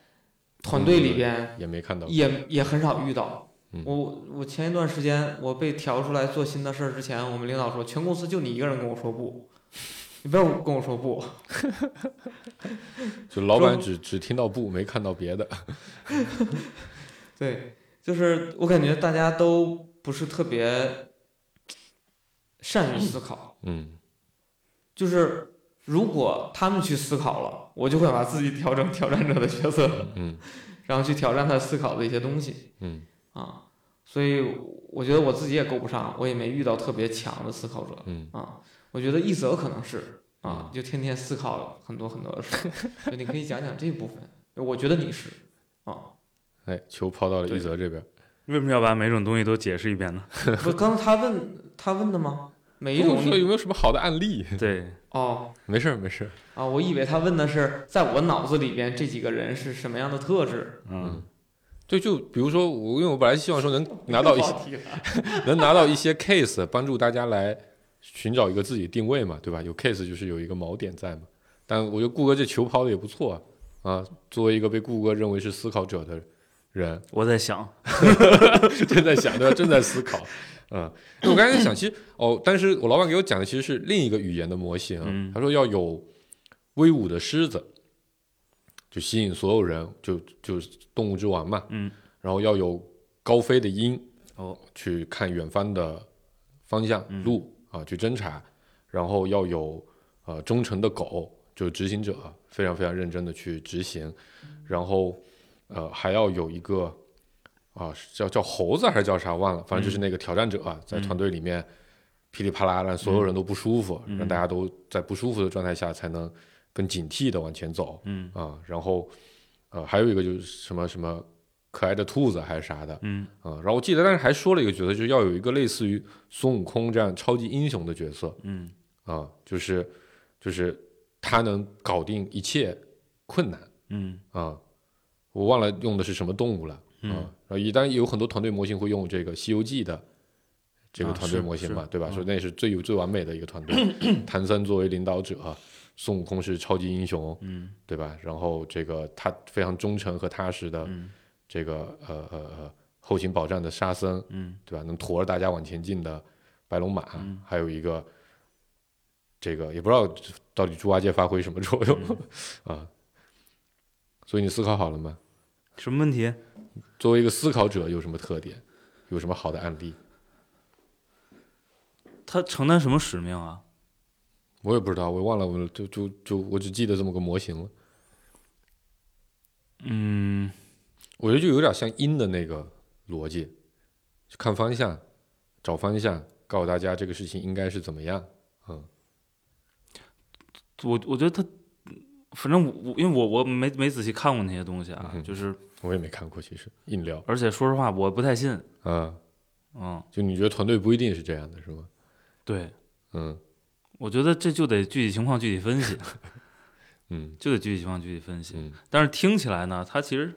Speaker 3: 团队里边
Speaker 5: 也没看到。
Speaker 3: 也也很少遇到
Speaker 5: 嗯。
Speaker 3: 我我前一段时间我被调出来做新的事儿之前，我们领导说全公司就你一个人跟我说不， 你不要跟我说不，
Speaker 5: 就老板
Speaker 3: 说
Speaker 5: 只只听到不，没看到别的。
Speaker 3: 对，就是我感觉大家都不是特别善于思考，
Speaker 5: 嗯，
Speaker 3: 就是如果他们去思考了，我就会把自己调整挑战者的角色，
Speaker 5: 嗯
Speaker 3: 然后去挑战他思考的一些东西
Speaker 5: 嗯
Speaker 3: 啊。所以我觉得我自己也够不上，我也没遇到特别强的思考者
Speaker 5: 嗯
Speaker 3: 啊。我觉得一泽可能是啊，就天天思考很多很多的 事。就你可以讲讲这部分，我觉得你是啊。
Speaker 5: 哎，球抛到了一
Speaker 4: 对
Speaker 5: 泽这边。
Speaker 4: 为什么要把每种东西都解释一 遍呢？
Speaker 3: 不，刚才他问他问的吗？每一
Speaker 5: 跟
Speaker 3: 种
Speaker 5: 我
Speaker 3: 你
Speaker 5: 说有没有什么好的案例？
Speaker 4: 对，
Speaker 3: 哦
Speaker 5: 没事儿没事儿。
Speaker 3: 啊，我以为他问的是在我脑子里边这几个人是什么样的特质。
Speaker 4: 嗯，
Speaker 5: 对，就比如说我，因为我本来希望说能拿 到一些，
Speaker 3: 啊
Speaker 5: 能拿到一些 case，帮助大家来寻找一个自己定位嘛，对吧？有 case 就是有一个锚点在嘛。但我觉得顾哥这球抛的也不错啊，啊，作为一个被顾哥认为是思考者的人，
Speaker 4: 我在想，
Speaker 5: 正在想对吧？正在思考，嗯。那我刚才在想，其实哦，但是我老板给我讲的其实是另一个语言的模型啊，
Speaker 4: 嗯
Speaker 5: 他说要有威武的狮子，就吸引所有人，就就是动物之王嘛，
Speaker 4: 嗯，
Speaker 5: 然后要有高飞的鹰，
Speaker 4: 哦，
Speaker 5: 去看远方的方向
Speaker 4: 嗯
Speaker 5: 路啊，去侦查，然后要有呃忠诚的狗，就是执行者非常非常认真的去执行，然后呃还要有一个啊是叫叫猴子还是叫啥忘了，反
Speaker 4: 嗯
Speaker 5: 正就是那个挑战者、啊在团队里面噼里啪啦让所有人都不舒服，
Speaker 4: 嗯
Speaker 5: 让大家都在不舒服的状态下才能更警惕的往前走
Speaker 4: 嗯
Speaker 5: 啊，然后呃还有一个就是什么什么可爱的兔子还是啥的，
Speaker 4: 嗯
Speaker 5: 啊、然后我记得，但是还说了一个角色，就是要有一个类似于孙悟空这样超级英雄的角色
Speaker 4: 嗯
Speaker 5: 啊、就是就是他能搞定一切困难
Speaker 4: 嗯
Speaker 5: 啊、我忘了用的是什么动物了啊、
Speaker 4: 嗯
Speaker 5: 然后一旦有很多团队模型会用这个《西游记》的这个
Speaker 4: 啊
Speaker 5: 团队
Speaker 4: 是
Speaker 5: 模型嘛，
Speaker 4: 是
Speaker 5: 对吧？
Speaker 4: 嗯
Speaker 5: 说那是最有最完美的一个团队， 唐僧作为领导者，啊孙悟空是超级英雄，
Speaker 4: 嗯
Speaker 5: 对吧？然后这个他非常忠诚和踏实的
Speaker 4: 嗯
Speaker 5: 这个呃呃呃后勤保障的沙僧。
Speaker 4: 嗯
Speaker 5: 对吧？能驮着大家往前进的白龙马，
Speaker 4: 嗯
Speaker 5: 还有一个这个也不知道到底猪八戒发挥什么作用、
Speaker 4: 嗯
Speaker 5: 啊。所以你思考好了吗？
Speaker 4: 什么问题？
Speaker 5: 作为一个思考者，有什么特点？有什么好的案例？
Speaker 4: 他承担什么使命啊？
Speaker 5: 我也不知道，我忘了，我就就就我只记得这么个模型了。
Speaker 4: 嗯，
Speaker 5: 我觉得就有点像鹰的那个逻辑，去看方向，找方向，告诉大家这个事情应该是怎么样。嗯
Speaker 4: 我我觉得他，反正我因为我我没没仔细看过那些东西啊
Speaker 5: 嗯，哼
Speaker 4: 就是
Speaker 5: 我也没看过，其实硬聊
Speaker 4: 而且说实话，我不太信。
Speaker 5: 啊，
Speaker 4: 嗯，
Speaker 5: 就你觉得团队不一定是这样的，是吗？
Speaker 4: 对，
Speaker 5: 嗯
Speaker 4: 我觉得这就得具体情况具体 分析，
Speaker 5: 嗯
Speaker 4: 就得具体情况具体分析。
Speaker 5: 嗯
Speaker 4: 但是听起来呢，他其实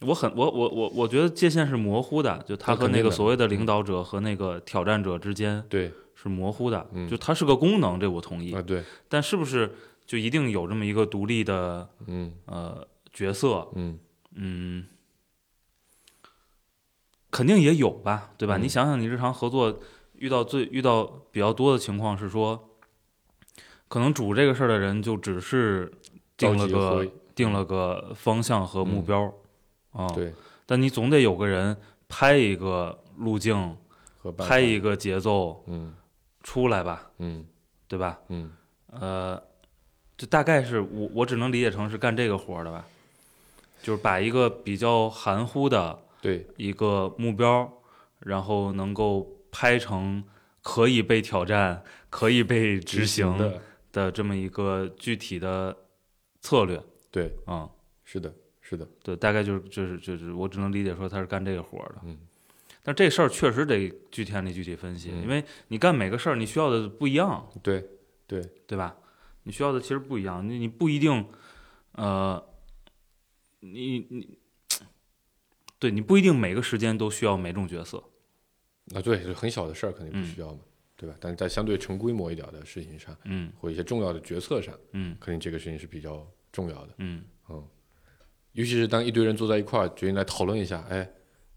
Speaker 4: 我很我我我我觉得界限是模糊的，就他
Speaker 5: 那肯
Speaker 4: 和那
Speaker 5: 定
Speaker 4: 个
Speaker 5: 的
Speaker 4: 所谓的领导者和那个挑战者之间，
Speaker 5: 对
Speaker 4: 是模糊的，
Speaker 5: 嗯
Speaker 4: 就它是个功能，这我同意
Speaker 5: 啊，。对，
Speaker 4: 但是不是就一定有这么一个独立的
Speaker 5: 嗯
Speaker 4: 呃角色？
Speaker 5: 嗯
Speaker 4: 嗯，肯定也有吧，对吧？
Speaker 5: 嗯
Speaker 4: 你想想，你日常合作遇到最遇到比较多的情况是说，可能主这个事儿的人就只是定
Speaker 5: 着
Speaker 4: 了
Speaker 5: 急
Speaker 4: 个
Speaker 5: 挥
Speaker 4: 定了个方向和目
Speaker 5: 嗯
Speaker 4: 标啊、
Speaker 5: 对，
Speaker 4: 但你总得有个人拍一个路径，
Speaker 5: 和办
Speaker 4: 拍
Speaker 5: 法，
Speaker 4: 一个节奏
Speaker 5: 嗯
Speaker 4: 出来吧，
Speaker 5: 嗯
Speaker 4: 对吧？
Speaker 5: 嗯
Speaker 4: 呃，就大概是我我只能理解成是干这个活儿的吧，就是把一个比较含糊的
Speaker 5: 对，
Speaker 4: 一个目标，然后能够拍成可以被挑战、可以被执行
Speaker 5: 的，
Speaker 4: 的这么一个具体的策略
Speaker 5: 对，
Speaker 4: 啊、
Speaker 5: 是的，是的，
Speaker 4: 对，大概就是就是就是我只能理解说他是干这个活儿的，
Speaker 5: 嗯，
Speaker 4: 但这事儿确实得具体案例具体分析，
Speaker 5: 嗯
Speaker 4: 因为你干每个事儿你需要的不一样，
Speaker 5: 对，
Speaker 4: 对吧？你需要的其实不一样，你你不一定，呃，你你，对你不一定每个时间都需要每种角色，
Speaker 5: 啊对，就很小的事儿
Speaker 4: 嗯
Speaker 5: 肯定不需要嘛，对吧？但是在相对成规模一点的事情上，
Speaker 4: 嗯
Speaker 5: 或一些重要的决策上，
Speaker 4: 嗯
Speaker 5: 肯定这个事情是比较重要的。
Speaker 4: 嗯
Speaker 5: 尤其是当一堆人坐在一块儿，决定来讨论一下，哎，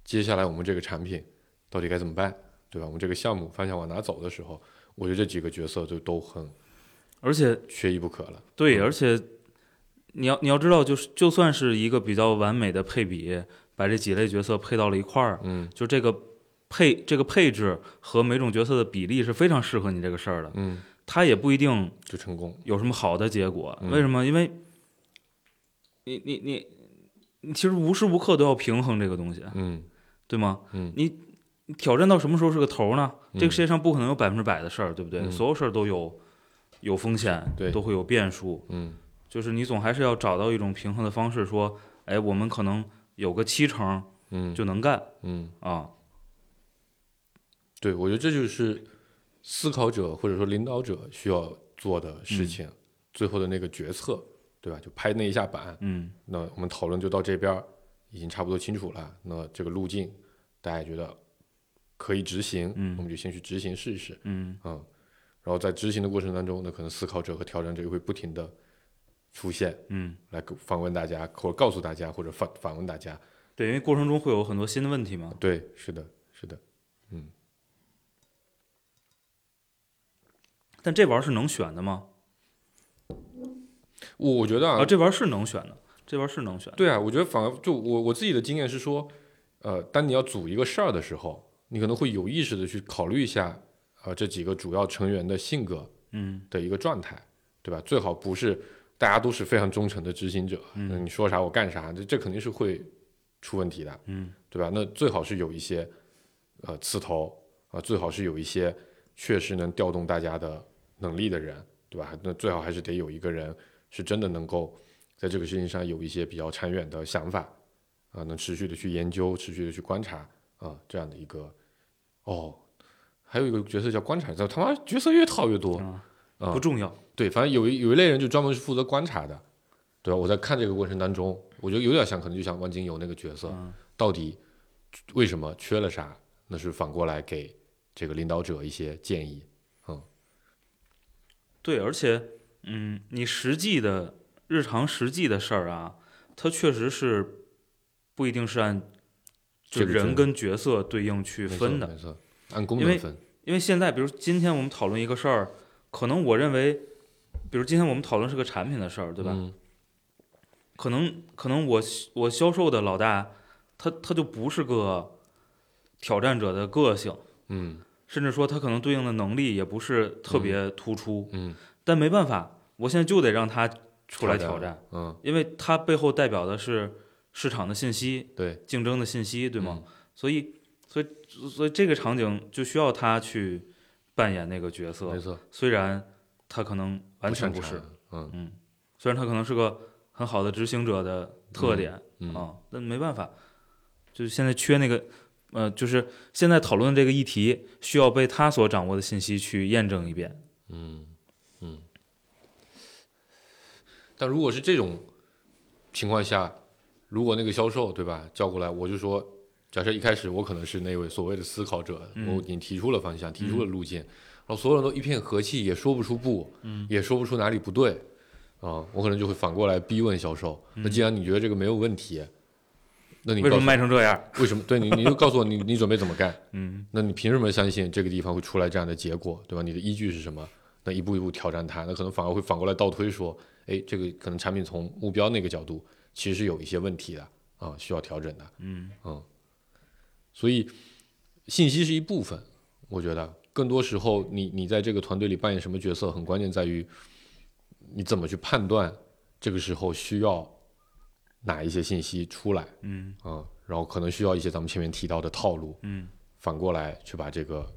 Speaker 5: 接下来我们这个产品到底该怎么办，对吧？我们这个项目方向往哪走的时候，我觉得这几个角色就都很
Speaker 4: 而且
Speaker 5: 缺一不可了。
Speaker 4: 对，而且你要你要知道，就是就算是一个比较完美的配比，把这几类角色配到了一块儿，
Speaker 5: 嗯
Speaker 4: 就这个配这个配置和每种角色的比例是非常适合你这个事儿的，
Speaker 5: 嗯，
Speaker 4: 它也不一定
Speaker 5: 就成功。
Speaker 4: 有什么好的结果。
Speaker 5: 嗯
Speaker 4: 为什么？因为你你你你其实无时无刻都要平衡这个东西，
Speaker 5: 嗯
Speaker 4: 对吗？
Speaker 5: 嗯
Speaker 4: 你挑战到什么时候是个头呢？
Speaker 5: 嗯
Speaker 4: 这个世界上不可能有百分之百的事儿，对不对？
Speaker 5: 嗯
Speaker 4: 所有事儿都有有风险，
Speaker 5: 对
Speaker 4: 都会有变数。
Speaker 5: 嗯
Speaker 4: 就是你总还是要找到一种平衡的方式，说，哎，我们可能有个七成
Speaker 5: 嗯
Speaker 4: 就能干
Speaker 5: 嗯，
Speaker 4: 啊，
Speaker 5: 对，我觉得这就是思考者或者说领导者需要做的事情，最后的那个决策，对吧？就拍那一下板，
Speaker 4: 嗯
Speaker 5: 那我们讨论就到这边儿，已经差不多清楚了。那这个路径大家也觉得可以执行，
Speaker 4: 嗯
Speaker 5: 我们就先去执行试试，
Speaker 4: 嗯
Speaker 5: 嗯。然后在执行的过程当中，那可能思考者和挑战者又会不停的出现，
Speaker 4: 嗯，
Speaker 5: 来访问大家，或者告诉大家，或者反反问大家。
Speaker 4: 对，因为过程中会有很多新的问题嘛，
Speaker 5: 对，是的，是的，
Speaker 4: 但这玩意儿是能选的吗？
Speaker 5: 我我觉得
Speaker 4: 啊，这玩意儿是能选的，这玩意儿是能选的，
Speaker 5: 对啊，我觉得反而就我我自己的经验是说，呃，当你要组一个事儿的时候，你可能会有意识的去考虑一下，呃，这几个主要成员的性格
Speaker 4: 嗯
Speaker 5: 的一个状态，对吧？最好不是大家都是非常忠诚的执行者，那你说啥我干啥，这这肯定是会出问题的，
Speaker 4: 嗯
Speaker 5: 对吧？那最好是有一些呃刺头啊、最好是有一些确实能调动大家的能力的人，对吧？那最好还是得有一个人是真的能够在这个事情上有一些比较长远的想法啊、能持续的去研究、持续的去观察啊、这样的一个哦。还有一个角色叫观察者，他妈角色越套越多。
Speaker 4: 啊，
Speaker 5: 啊
Speaker 4: 不重要，
Speaker 5: 对，反正有一有一类人就专门是负责观察的，对吧？我在看这个过程当中，我觉得有点像，可能就像万金油那个角色，
Speaker 4: 嗯
Speaker 5: 到底为什么缺了啥？那是反过来给这个领导者一些建议。
Speaker 4: 对，而且嗯，你实际的日常实际的事儿啊，它确实是不一定是按就
Speaker 5: 这个
Speaker 4: 人
Speaker 5: 真
Speaker 4: 跟角色对应去
Speaker 5: 没错
Speaker 4: 分的，
Speaker 5: 没错，按功
Speaker 4: 因为
Speaker 5: 能分。
Speaker 4: 因为现在，比如今天我们讨论一个事儿，可能我认为，比如今天我们讨论是个产品的事儿，对吧？
Speaker 5: 嗯
Speaker 4: 可能可能我我销售的老大，他他就不是个挑战者的个性，
Speaker 5: 嗯
Speaker 4: 甚至说他可能对应的能力也不是特别突出，
Speaker 5: 嗯，
Speaker 4: 但没办法，我现在就得让他出来挑战，。
Speaker 5: 嗯，
Speaker 4: 因为他背后代表的是市场的信息、
Speaker 5: 对嗯
Speaker 4: 竞争的信息，对吗？？所以所以所以这个场景就需要他去扮演那个角色，
Speaker 5: 嗯没错，
Speaker 4: 虽然他可能完全
Speaker 5: 不
Speaker 4: 不
Speaker 5: 擅
Speaker 4: 是
Speaker 5: 长，。嗯
Speaker 4: 嗯，虽然他可能是个很好的执行者的特点啊、
Speaker 5: 嗯
Speaker 4: 但没办法，就是现在缺那个，呃，就是现在讨论这个议题需要被他所掌握的信息去验证一遍。
Speaker 5: 嗯嗯。但如果是这种情况下，如果那个销售对吧叫过来，我就说，假设一开始我可能是那位所谓的思考者，
Speaker 4: 嗯
Speaker 5: 我已经提出了方向，提出了路径，然后所有人都一片和气，也说不出不，
Speaker 4: 嗯
Speaker 5: 也说不出哪里不对，啊、我可能就会反过来逼问销售，那既然你觉得这个没有问题，那你
Speaker 4: 嗯为什
Speaker 5: 告
Speaker 4: 么
Speaker 5: 诉
Speaker 4: 卖成这样？
Speaker 5: 为什么对你你就告诉我你你准备怎么干，
Speaker 4: 嗯
Speaker 5: 那你凭什么相信这个地方会出来这样的结果，对吧？你的依据是什么？那一步一步挑战它，那可能反而会反过来倒推说，哎，这个可能产品从目标那个角度其实是有一些问题的啊，需要调整的。
Speaker 4: 嗯
Speaker 5: 所以信息是一部分，我觉得嗯更多时候你你在这个团队里扮演什么角色，很关键在于你怎么去判断这个时候需要哪一些信息出来
Speaker 4: 嗯
Speaker 5: 啊，然后可能需要一些咱们前面提到的套路，
Speaker 4: 嗯
Speaker 5: 反过来去把这个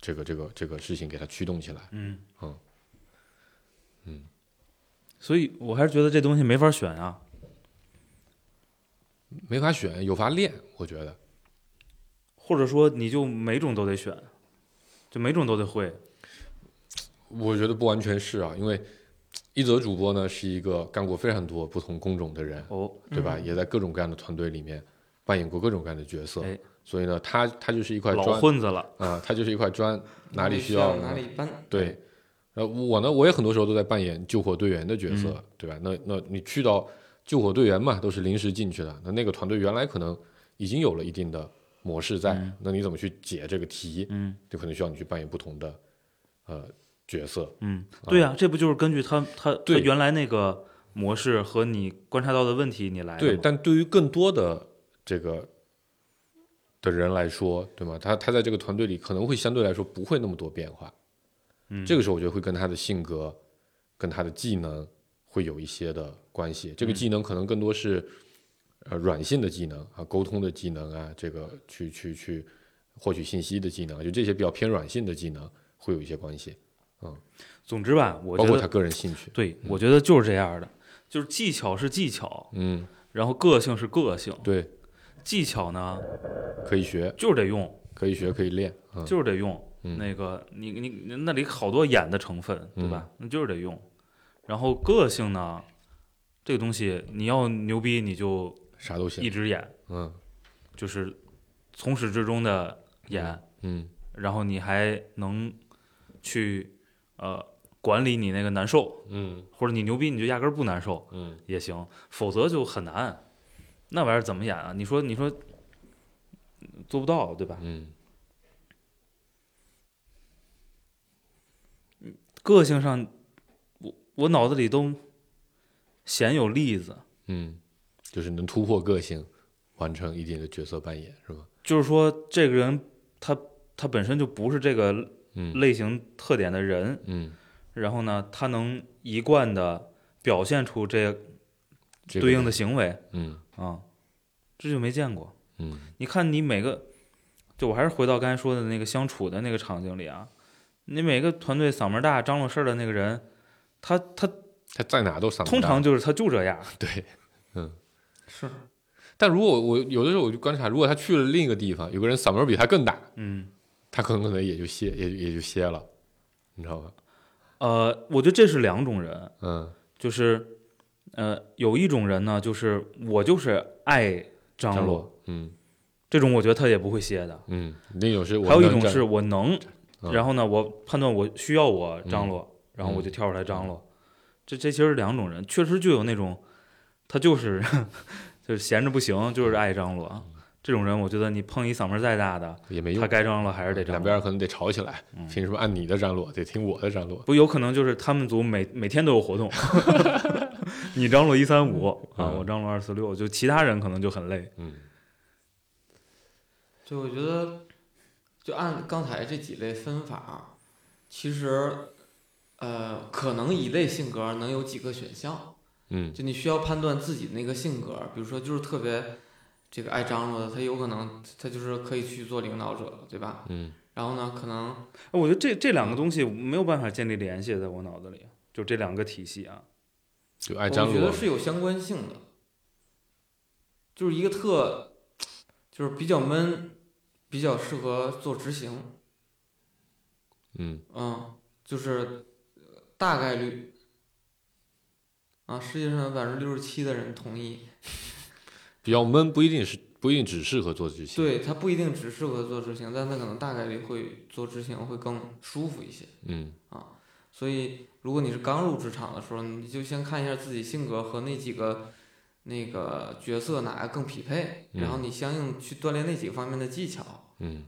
Speaker 5: 这个这个这个事情给它驱动起来。
Speaker 4: 嗯
Speaker 5: 嗯
Speaker 4: 嗯，所以我还是觉得这东西没法选啊。
Speaker 5: 没法选，有法练，我觉得。
Speaker 4: 或者说你就每种都得选，就每种都得会。
Speaker 5: 我觉得不完全是啊，因为一泽主播呢是一个干过非常多不同工种的人，
Speaker 4: 哦，
Speaker 5: 对吧？也在各种各样的团队里面扮演过各种各样的角色，
Speaker 4: 哎
Speaker 5: 所以呢，他他就是一块
Speaker 4: 老
Speaker 5: 砖
Speaker 4: 混啊子了，
Speaker 5: 啊，他就是一块砖，哪里需
Speaker 3: 要
Speaker 5: 要
Speaker 3: 哪里搬，
Speaker 5: 对，呃，我呢，我也很多时候都在扮演救火队员的角色，对吧？那那你去到救火队员嘛，都是临时进去的，那那个团队原来可能已经有了一定的模式在，那你怎么去解这个题？
Speaker 4: 嗯，
Speaker 5: 就可能需要你去扮演不同的呃角色。
Speaker 4: 嗯，对呀、这不就是根据他他他
Speaker 5: 啊对
Speaker 4: 原来那个模式和你观察到的问题你来的
Speaker 5: 对，
Speaker 4: 吗
Speaker 5: 但对于更多的这个的人来说，对吗？他他在这个团队里可能会相对来说不会那么多变化。
Speaker 4: 嗯
Speaker 5: 这个时候我觉得会跟他的性格、跟他的技能会有一些的关系。
Speaker 4: 嗯
Speaker 5: 这个技能可能更多是呃软性的技能啊，沟通的技能啊，这个去去去获取信息的技能，就这些比较偏软性的技能会有一些关系，
Speaker 4: 总之吧，我
Speaker 5: 包
Speaker 4: 觉
Speaker 5: 括他
Speaker 4: 得
Speaker 5: 嗯个人兴趣。
Speaker 4: 对，我觉得就是这样的，就是技巧是技巧，
Speaker 5: 嗯，
Speaker 4: 然后个性是个性，
Speaker 5: 对，
Speaker 4: 技巧呢
Speaker 5: 可以学，
Speaker 4: 就是得用，
Speaker 5: 可以学，可以练。嗯，
Speaker 4: 就是得用。
Speaker 5: 嗯
Speaker 4: 那个你你你那里好多演的成分，对吧？
Speaker 5: 嗯
Speaker 4: 那就是得用。然后个性呢，这个东西你要牛逼，你就
Speaker 5: 啥都
Speaker 4: 一
Speaker 5: 行。
Speaker 4: 直演，
Speaker 5: 嗯
Speaker 4: 就是从始至终的演，
Speaker 5: 嗯
Speaker 4: 然后你还能去呃管理你那个难受，
Speaker 5: 嗯
Speaker 4: 或者你牛逼你就压根儿不难受
Speaker 5: 嗯。
Speaker 4: 也行，否则就很难。那玩意儿怎么演啊？你说你说做不到，对吧？
Speaker 5: 嗯，
Speaker 4: 个性上，我我脑子里都鲜有例子，
Speaker 5: 嗯，就是能突破个性，完成一定的角色扮演，是吧？
Speaker 4: 就是说这个人他他本身就不是这个
Speaker 5: 嗯
Speaker 4: 类型特点的人，
Speaker 5: 嗯，
Speaker 4: 然后呢，他能一贯的表现出这
Speaker 5: 这个
Speaker 4: 对应的，行为
Speaker 5: 嗯
Speaker 4: 啊，这就没见过。
Speaker 5: 嗯
Speaker 4: 你看你每个，就我还是回到刚才说的那个相处的那个场景里啊，你每个团队嗓门大、张罗事儿的那个人，他他
Speaker 5: 他在哪都嗓门
Speaker 4: 通
Speaker 5: 大
Speaker 4: 常就是他就这样，
Speaker 5: 对。嗯
Speaker 3: 是
Speaker 5: 但如果我有的时候我就观察，如果他去了另一个地方，有个人嗓门比他更大，
Speaker 4: 嗯。
Speaker 5: 他很可能也就歇，也也就歇了，你知道吧？
Speaker 4: 呃，我觉得这是两种人，
Speaker 5: 嗯，
Speaker 4: 就是，呃，有一种人呢，就是我就是爱张
Speaker 5: 张
Speaker 4: 罗，
Speaker 5: 罗，嗯
Speaker 4: 这种我觉得他也不会歇的。
Speaker 5: 嗯，另一种是我
Speaker 4: 还有一
Speaker 5: 能
Speaker 4: 种
Speaker 5: 站
Speaker 4: 是我能，
Speaker 5: 嗯
Speaker 4: 然后呢，我判断我需要我张罗，然后我就跳出来
Speaker 5: 嗯
Speaker 4: 张罗。这这其实是两种人，确实就有那种，他就是 就是闲着不行，就是爱张罗。这种人，我觉得你碰一嗓门再大的，
Speaker 5: 嗯也没用
Speaker 4: 他，该张罗还是得张
Speaker 5: 两
Speaker 4: 罗。
Speaker 5: 边可能得吵起来，凭什么按你的张罗，得听我的张罗？
Speaker 4: 不有可能就是他们组每每天都有活动， 你张罗一三五啊，
Speaker 5: 嗯
Speaker 4: 我张罗二四六，就其他人可能就很累。
Speaker 5: 嗯
Speaker 3: 对，我觉得就按刚才这几类分法，啊其实呃，可能一类性格能有几个选项，
Speaker 5: 嗯
Speaker 3: 就你需要判断自己那个性格，比如说就是特别这个爱张罗的，他有可能他就是可以去做领导者了，对吧？
Speaker 5: 嗯，
Speaker 3: 然后呢，可能
Speaker 4: 哎我觉得这这两个东西没有办法建立联系，在我脑子里，就这两个体系啊。
Speaker 5: 就
Speaker 3: 我
Speaker 5: 爱张
Speaker 3: 觉
Speaker 5: 罗
Speaker 3: 得，是有相关性的，就是一个特就是比较闷，比较适合做执行。
Speaker 5: 嗯
Speaker 3: 嗯，就是呃大概率啊，世界上百分之六十七的人同意，
Speaker 5: 比较闷，不一定是不一定只适合做执行，
Speaker 3: 对他不一定只适合做执行，但他可能大概率会做执行会更舒服一些
Speaker 5: 嗯。
Speaker 3: 啊。所以，如果你是刚入职场的时候，你就先看一下自己性格和那几个那个角色哪个更匹配，然后你相应去锻炼那几个方面的技巧。
Speaker 5: 嗯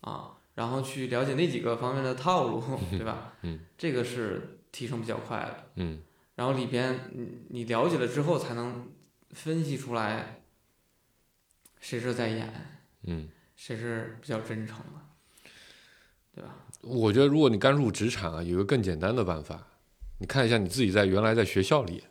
Speaker 3: 啊，然后去了解那几个方面的套路，对吧？
Speaker 5: 嗯，
Speaker 3: 这个是提升比较快的。
Speaker 5: 嗯
Speaker 3: 然后里边你你了解了之后，才能分析出来谁是在演，
Speaker 5: 嗯，
Speaker 3: 谁是比较真诚的，对吧？
Speaker 5: 我觉得如果你刚入职场啊，有一个更简单的办法，你看一下你自己在原来在学校里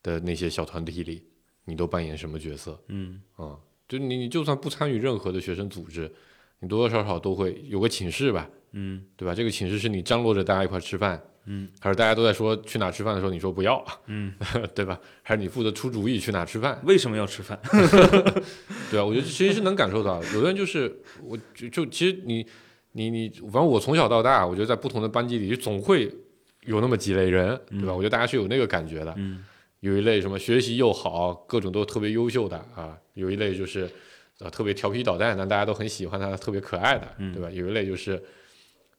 Speaker 5: 的那些小团体里，你都扮演什么角色
Speaker 4: 嗯
Speaker 5: 啊、就你你就算不参与任何的学生组织，你多多少少都会有个寝室吧，
Speaker 4: 嗯
Speaker 5: 对吧？这个寝室是你张罗着大家一块儿吃饭，
Speaker 4: 嗯，
Speaker 5: 还是大家都在说去哪儿吃饭的时候，你说不要，
Speaker 4: 嗯，
Speaker 5: 对吧？还是你负责出主意去哪儿吃饭，
Speaker 4: 为什么要吃饭？
Speaker 5: 对啊吧？我觉得
Speaker 4: 嗯
Speaker 5: 其实是能感受到，有的人就是我就就其实你你你，反正我从小到大，我觉得在不同的班级里总会有那么几类人，对吧？我觉得大家是有那个感觉的，
Speaker 4: 嗯
Speaker 5: 有一类什么学习又好，各种都特别优秀的啊，有一类就是呃特别调皮捣蛋，但大家都很喜欢他，特别可爱的，
Speaker 4: 嗯
Speaker 5: 对吧？有一类就是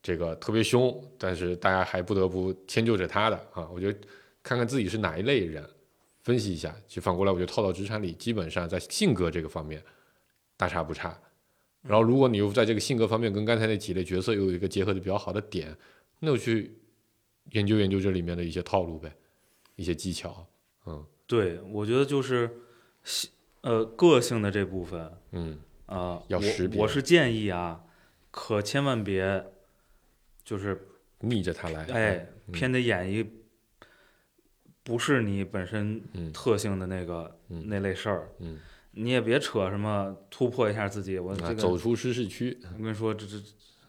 Speaker 5: 这个特别凶，但是大家还不得不迁就着他的啊。我觉得看看自己是哪一类人，分析一下，其实反过来我觉得套到职场里，基本上在性格这个方面大差不差。然后如果你又在这个性格方面跟刚才那几类角色又有一个结合的比较好的点，那我去研究研究这里面的一些套路呗，一些技巧。嗯
Speaker 4: 对，我觉得就是性呃个性的这部分啊、
Speaker 5: 嗯
Speaker 4: 呃，
Speaker 5: 要
Speaker 4: 我
Speaker 5: 识别
Speaker 4: 我是建议啊，可千万别就是，
Speaker 5: 逆着他来。
Speaker 4: 哎，
Speaker 5: 嗯
Speaker 4: 偏得演一不是你本身
Speaker 5: 嗯
Speaker 4: 特性的那个、
Speaker 5: 嗯
Speaker 4: 那类事儿，
Speaker 5: 嗯，
Speaker 4: 你也别扯什么突破一下自己，我
Speaker 5: 啊，
Speaker 4: 这个
Speaker 5: 走出舒适区。
Speaker 4: 我跟你说，这这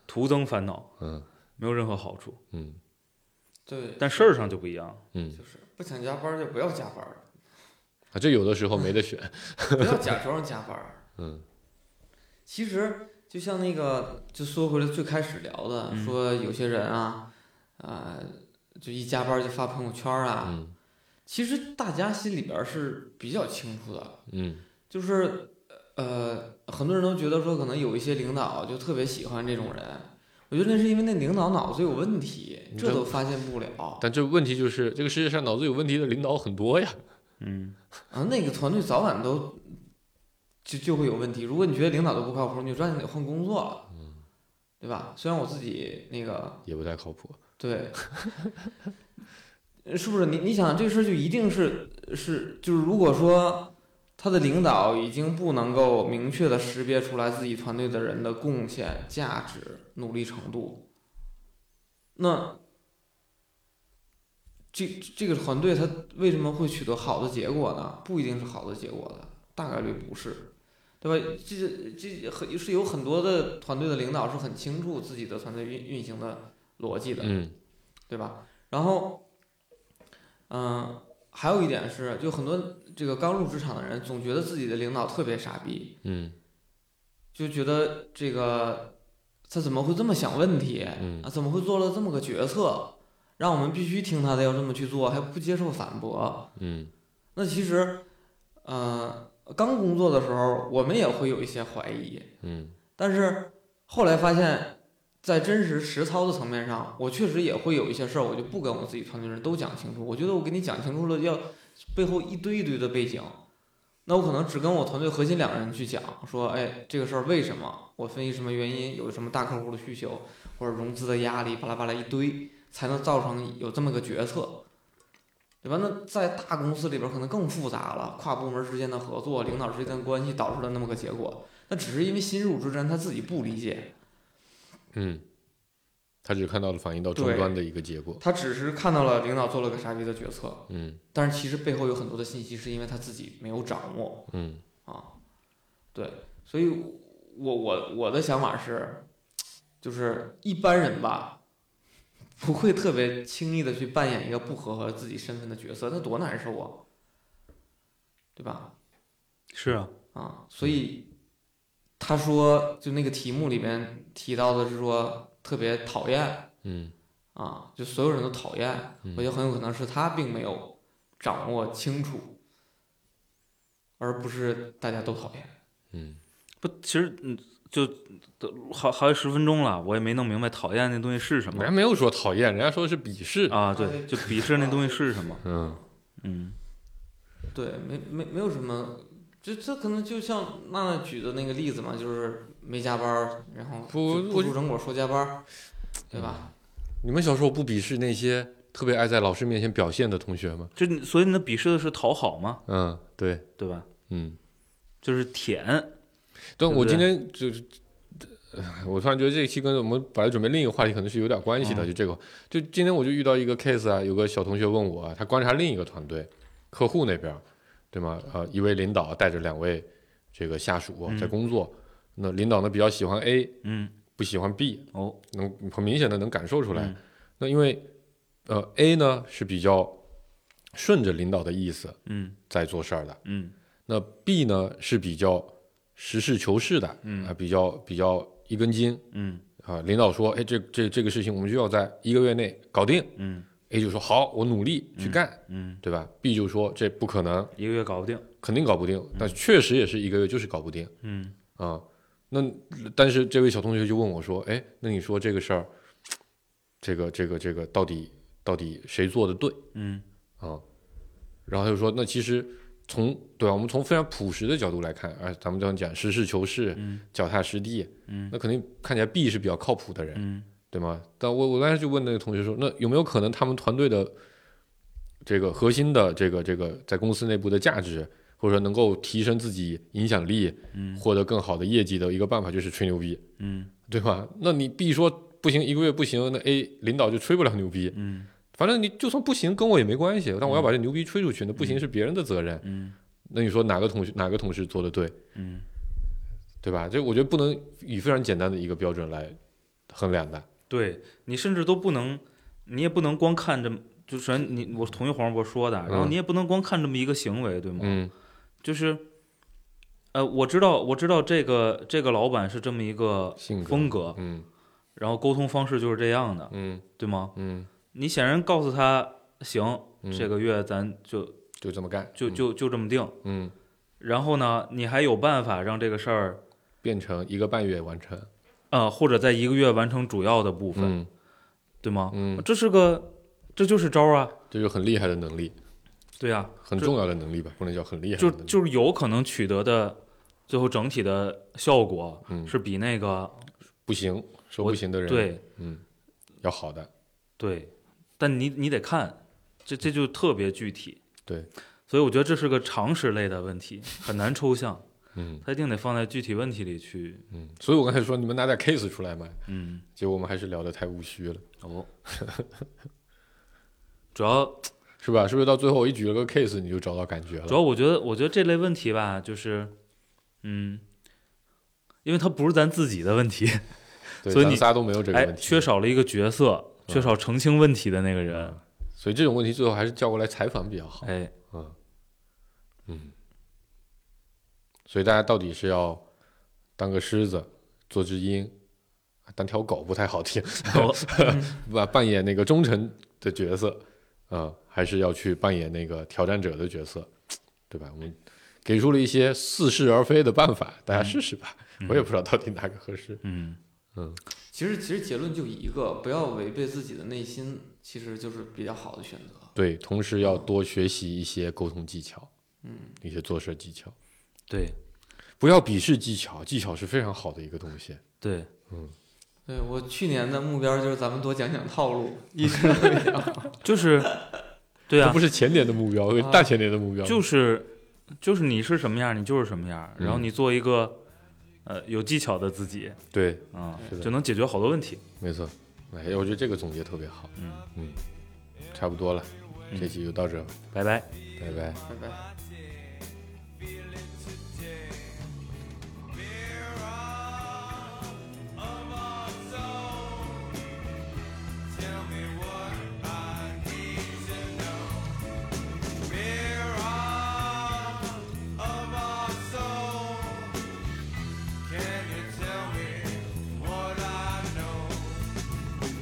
Speaker 4: 徒增烦恼，
Speaker 5: 嗯
Speaker 4: 没有任何好处。
Speaker 5: 嗯呃
Speaker 3: 对，
Speaker 4: 但事儿上就不一样，
Speaker 5: 嗯，
Speaker 3: 就是不想加班就不要加班儿，
Speaker 5: 啊，这有的时候没得选。
Speaker 3: 不要假装加班儿。
Speaker 5: 嗯
Speaker 3: 其实就像那个，就说回来最开始聊的，
Speaker 4: 嗯
Speaker 3: 说有些人啊，啊、就一加班就发朋友圈啊，
Speaker 5: 嗯
Speaker 3: 其实大家心里边儿是比较清楚的，
Speaker 5: 嗯
Speaker 3: 就是呃，很多人都觉得说，可能有一些领导就特别喜欢这种人。我觉得那是因为那领导脑子有问题，
Speaker 5: 你
Speaker 3: 这
Speaker 5: 这
Speaker 3: 都发现不了
Speaker 5: 但这问题就是，这个世界上脑子有问题的领导很多呀。
Speaker 4: 嗯，
Speaker 3: 啊！那个团队早晚都就就会有问题。如果你觉得领导都不靠谱，你就抓紧得换工作了，对吧？虽然我自己那个
Speaker 5: 也不太靠谱。
Speaker 3: 对， 是不是？你你想这事儿就一定是是就是，如果说他的领导已经不能够明确的识别出来自己团队的人的贡献、价值、努力程度，那这这个团队他为什么会取得好的结果呢？不一定是好的结果的，大概率不是。对吧？这这很是有很多的团队的领导是很清楚自己的团队运运行的逻辑的，
Speaker 5: 嗯
Speaker 3: 对吧？然后，嗯、还有一点是，就很多这个刚入职场的人总觉得自己的领导特别傻逼，
Speaker 5: 嗯
Speaker 3: 就觉得这个他怎么会这么想问题
Speaker 5: 嗯
Speaker 3: 啊？怎么会做了这么个决策，让我们必须听他的，要这么去做，还不接受反驳？
Speaker 5: 嗯
Speaker 3: 那其实，呃，刚工作的时候，我们也会有一些怀疑，
Speaker 5: 嗯
Speaker 3: 但是后来发现，在真实实操的层面上，我确实也会有一些事儿，我就不跟我自己团队人都讲清楚。我觉得我给你讲清楚了，要背后一堆一堆的背景，那我可能只跟我团队核心两个人去讲，说，哎，这个事儿为什么？我分析什么原因，有什么大客户的需求或者融资的压力，巴拉巴拉一堆，才能造成有这么个决策。对吧？那在大公司里边儿可能更复杂了，跨部门之间的合作、领导之间的关系导致了那么个结果。那只是因为新入职人他自己不理解，
Speaker 5: 嗯，他只看到了反映到终
Speaker 3: 对
Speaker 5: 端的一个结果。
Speaker 3: 他只是看到了领导做了个傻逼的决策，
Speaker 5: 嗯
Speaker 3: 但是其实背后有很多的信息是因为他自己没有掌握
Speaker 5: 嗯
Speaker 3: 啊。对，所以我我我的想法是，就是一般人吧，不会特别轻易的去扮演一个不合和自己身份的角色，那多难受啊，对吧？
Speaker 4: 是啊，
Speaker 3: 啊，所以他说就那个题目里面提到的是说特别讨厌
Speaker 5: 嗯
Speaker 3: 啊，就所有人都讨厌，
Speaker 5: 嗯
Speaker 3: 我觉得很有可能是他并没有掌握清楚，而不是大家都讨厌。
Speaker 5: 嗯
Speaker 4: 不，其实嗯，就好好几十分钟了，我也没弄明白讨厌那东西是什
Speaker 5: 人
Speaker 4: 么
Speaker 5: 家没有说讨厌，人家说是鄙视。
Speaker 4: 啊？对，就鄙视那东西是什 么？
Speaker 5: 嗯
Speaker 4: 嗯
Speaker 3: 对，没没没有什么，就这可能就像娜娜举的那个例子嘛，就是没加班儿，然后
Speaker 5: 不
Speaker 3: 就
Speaker 5: 我嗯
Speaker 3: 不出成果说加班儿，对吧？
Speaker 5: 你们小时候不鄙视那些特别爱在老师面前表现的同学吗？
Speaker 4: 就你所以你的鄙视的是讨好嘛，
Speaker 5: 嗯，对，
Speaker 4: 对吧？
Speaker 5: 嗯。
Speaker 4: 就是舔，
Speaker 5: 但
Speaker 4: 对不
Speaker 5: 我今
Speaker 4: 对
Speaker 5: 天就是，呃我突然觉得这一期跟我们本来准备另一个话题可能是有点关
Speaker 4: 嗯
Speaker 5: 系的，就这个，就今天我就遇到一个 case 啊，有个小同学问我、啊，他观察另一个团队客户那边儿，对吗？呃，一位领导带着两位这个下属
Speaker 4: 嗯
Speaker 5: 在工作，那领导呢比较喜欢 A，
Speaker 4: 嗯
Speaker 5: 不喜欢 B，
Speaker 4: 哦，
Speaker 5: 能很明显的能感受出来。
Speaker 4: 嗯
Speaker 5: 那因为呃 A 呢是比较顺着领导的意思
Speaker 4: 嗯
Speaker 5: 在做事儿的，
Speaker 4: 嗯
Speaker 5: 那 B 呢是比较实事求是的，
Speaker 4: 嗯
Speaker 5: 啊，比较比较一根筋
Speaker 4: 嗯
Speaker 5: 啊。领导说，哎，这这这个事情我们就要在一个月内搞定
Speaker 4: 嗯
Speaker 5: ，A 就说好，我努力去干，
Speaker 4: 嗯，
Speaker 5: 对吧？B 就说这不可能，
Speaker 4: 一个月搞不定，
Speaker 5: 肯定搞不定，但确实也是一个月就是搞不定
Speaker 4: 嗯
Speaker 5: 啊。那但是这位小同学就问我说，哎，那你说这个事儿，这个这个这个到底到底谁做的对？
Speaker 4: 嗯
Speaker 5: 啊、然后他就说，那其实从对啊吧，我们从非常朴实的角度来看，啊，咱们这样讲，实事求是，
Speaker 4: 嗯
Speaker 5: 脚踏实地，
Speaker 4: 嗯
Speaker 5: 那肯定看起来 B 是比较靠谱的人，
Speaker 4: 嗯
Speaker 5: 对吗？但我我当时就问那个同学说，那有没有可能他们团队的这个核心的这个这个在公司内部的价值，或者说能够提升自己影响力，
Speaker 4: 嗯
Speaker 5: 获得更好的业绩的一个办法就是吹牛逼，
Speaker 4: 嗯
Speaker 5: 对吧？那你 B 说不行，一个月不行，那 A 领导就吹不了牛逼，
Speaker 4: 嗯
Speaker 5: 反正你就算不行，跟我也没关系。但我要把这牛逼吹出去，那不行是别人的责任。
Speaker 4: 嗯
Speaker 5: 那你说哪个同事哪个同事做的对，
Speaker 4: 嗯，
Speaker 5: 对吧？这我觉得不能以非常简单的一个标准来衡量的。
Speaker 4: 对你甚至都不能，你也不能光看这么，就首先你我同意黄世博说的，然后
Speaker 5: 嗯
Speaker 4: 你也不能光看这么一个行为，对吗？
Speaker 5: 嗯
Speaker 4: 就是，呃，我知道我知道这个这个老板是这么一个
Speaker 5: 性格
Speaker 4: 风格，
Speaker 5: 嗯
Speaker 4: 然后沟通方式就是这样的，
Speaker 5: 嗯
Speaker 4: 对吗？
Speaker 5: 嗯，
Speaker 4: 你显然告诉他行，
Speaker 5: 嗯
Speaker 4: 这个月咱就
Speaker 5: 就这么干，
Speaker 4: 就
Speaker 5: 嗯
Speaker 4: 就就这么定。
Speaker 5: 嗯
Speaker 4: 然后呢，你还有办法让这个事儿，
Speaker 5: 变成一个半月完成。
Speaker 4: 呃，或者在一个月完成主要的部分，
Speaker 5: 嗯
Speaker 4: 对吗？
Speaker 5: 嗯，
Speaker 4: 这是个，这就是招儿啊，
Speaker 5: 这就很厉害的能力，
Speaker 4: 对呀、
Speaker 5: 很重要的能力吧，不能叫很厉害的
Speaker 4: 就
Speaker 5: 能力。
Speaker 4: 就是有可能取得的最后整体的效果
Speaker 5: 嗯
Speaker 4: 是比那个、
Speaker 5: 不行，说不行的人，
Speaker 4: 对
Speaker 5: 嗯，要好的。
Speaker 4: 对，但你你得看，这这就特别具体，
Speaker 5: 对，
Speaker 4: 所以我觉得这是个常识类的问题，很难抽象，
Speaker 5: 嗯
Speaker 4: 它一定得放在具体问题里去，
Speaker 5: 嗯，所以我刚才说你们拿点 case 出来嘛，
Speaker 4: 嗯，
Speaker 5: 结果我们还是聊得太务虚了。
Speaker 4: 哦，主要
Speaker 5: 是吧？是不是到最后我一举了个 case，你就找到感觉了？
Speaker 4: 主要我觉得，我觉得这类问题吧，就是，嗯，因为它不是咱自己的问题，
Speaker 5: 对，
Speaker 4: 所以
Speaker 5: 咱
Speaker 4: 你
Speaker 5: 仨都没有这个
Speaker 4: 哎
Speaker 5: 问，题，嗯
Speaker 4: 缺少了一个角色，缺少澄清问题的那个人，
Speaker 5: 所以这种问题最后还是叫过来采访比较嗯好。
Speaker 4: 哎，
Speaker 5: 嗯嗯，所以大家到底是要当个狮子，做只鹰，当条狗不太好听，
Speaker 4: 哦
Speaker 5: 扮扮演那个忠诚的角色，啊、还是要去扮演那个挑战者的角色，对吧？我们给出了一些似是而非的办法，大家试试吧。我也不知道到底哪个合适。
Speaker 4: 嗯
Speaker 3: 其实其实结论就一个，不要违背自己的内心，其实就是比较好的选择。
Speaker 5: 对，同时要多学习一些沟通技巧，
Speaker 3: 嗯，
Speaker 5: 一些做事技巧，
Speaker 4: 对
Speaker 5: 不要鄙视技巧，技巧是非常好的一个东西。
Speaker 4: 对，
Speaker 3: 对我去年的目标就是咱们多讲讲套路，一直都没讲。
Speaker 4: 就是，对
Speaker 5: 这
Speaker 4: 啊
Speaker 5: 不，是前年的目标，
Speaker 3: 啊
Speaker 5: 大前年的目标。
Speaker 4: 就是就是你是什么样，你就是什么样，然后
Speaker 5: 嗯
Speaker 4: 你做一个。呃，有技巧的自己
Speaker 5: 对，
Speaker 4: 啊、
Speaker 5: 是的
Speaker 4: 就能解决好多问题。
Speaker 5: 没错。哎，我觉得这个总结特别好。
Speaker 4: 嗯
Speaker 5: 嗯，差不多了，这期就到这吧，
Speaker 4: 拜拜。
Speaker 5: 拜拜。
Speaker 3: 拜拜。
Speaker 2: Can you tell me what I know?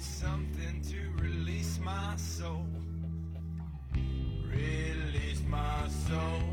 Speaker 2: something to release my soul. Release my soul.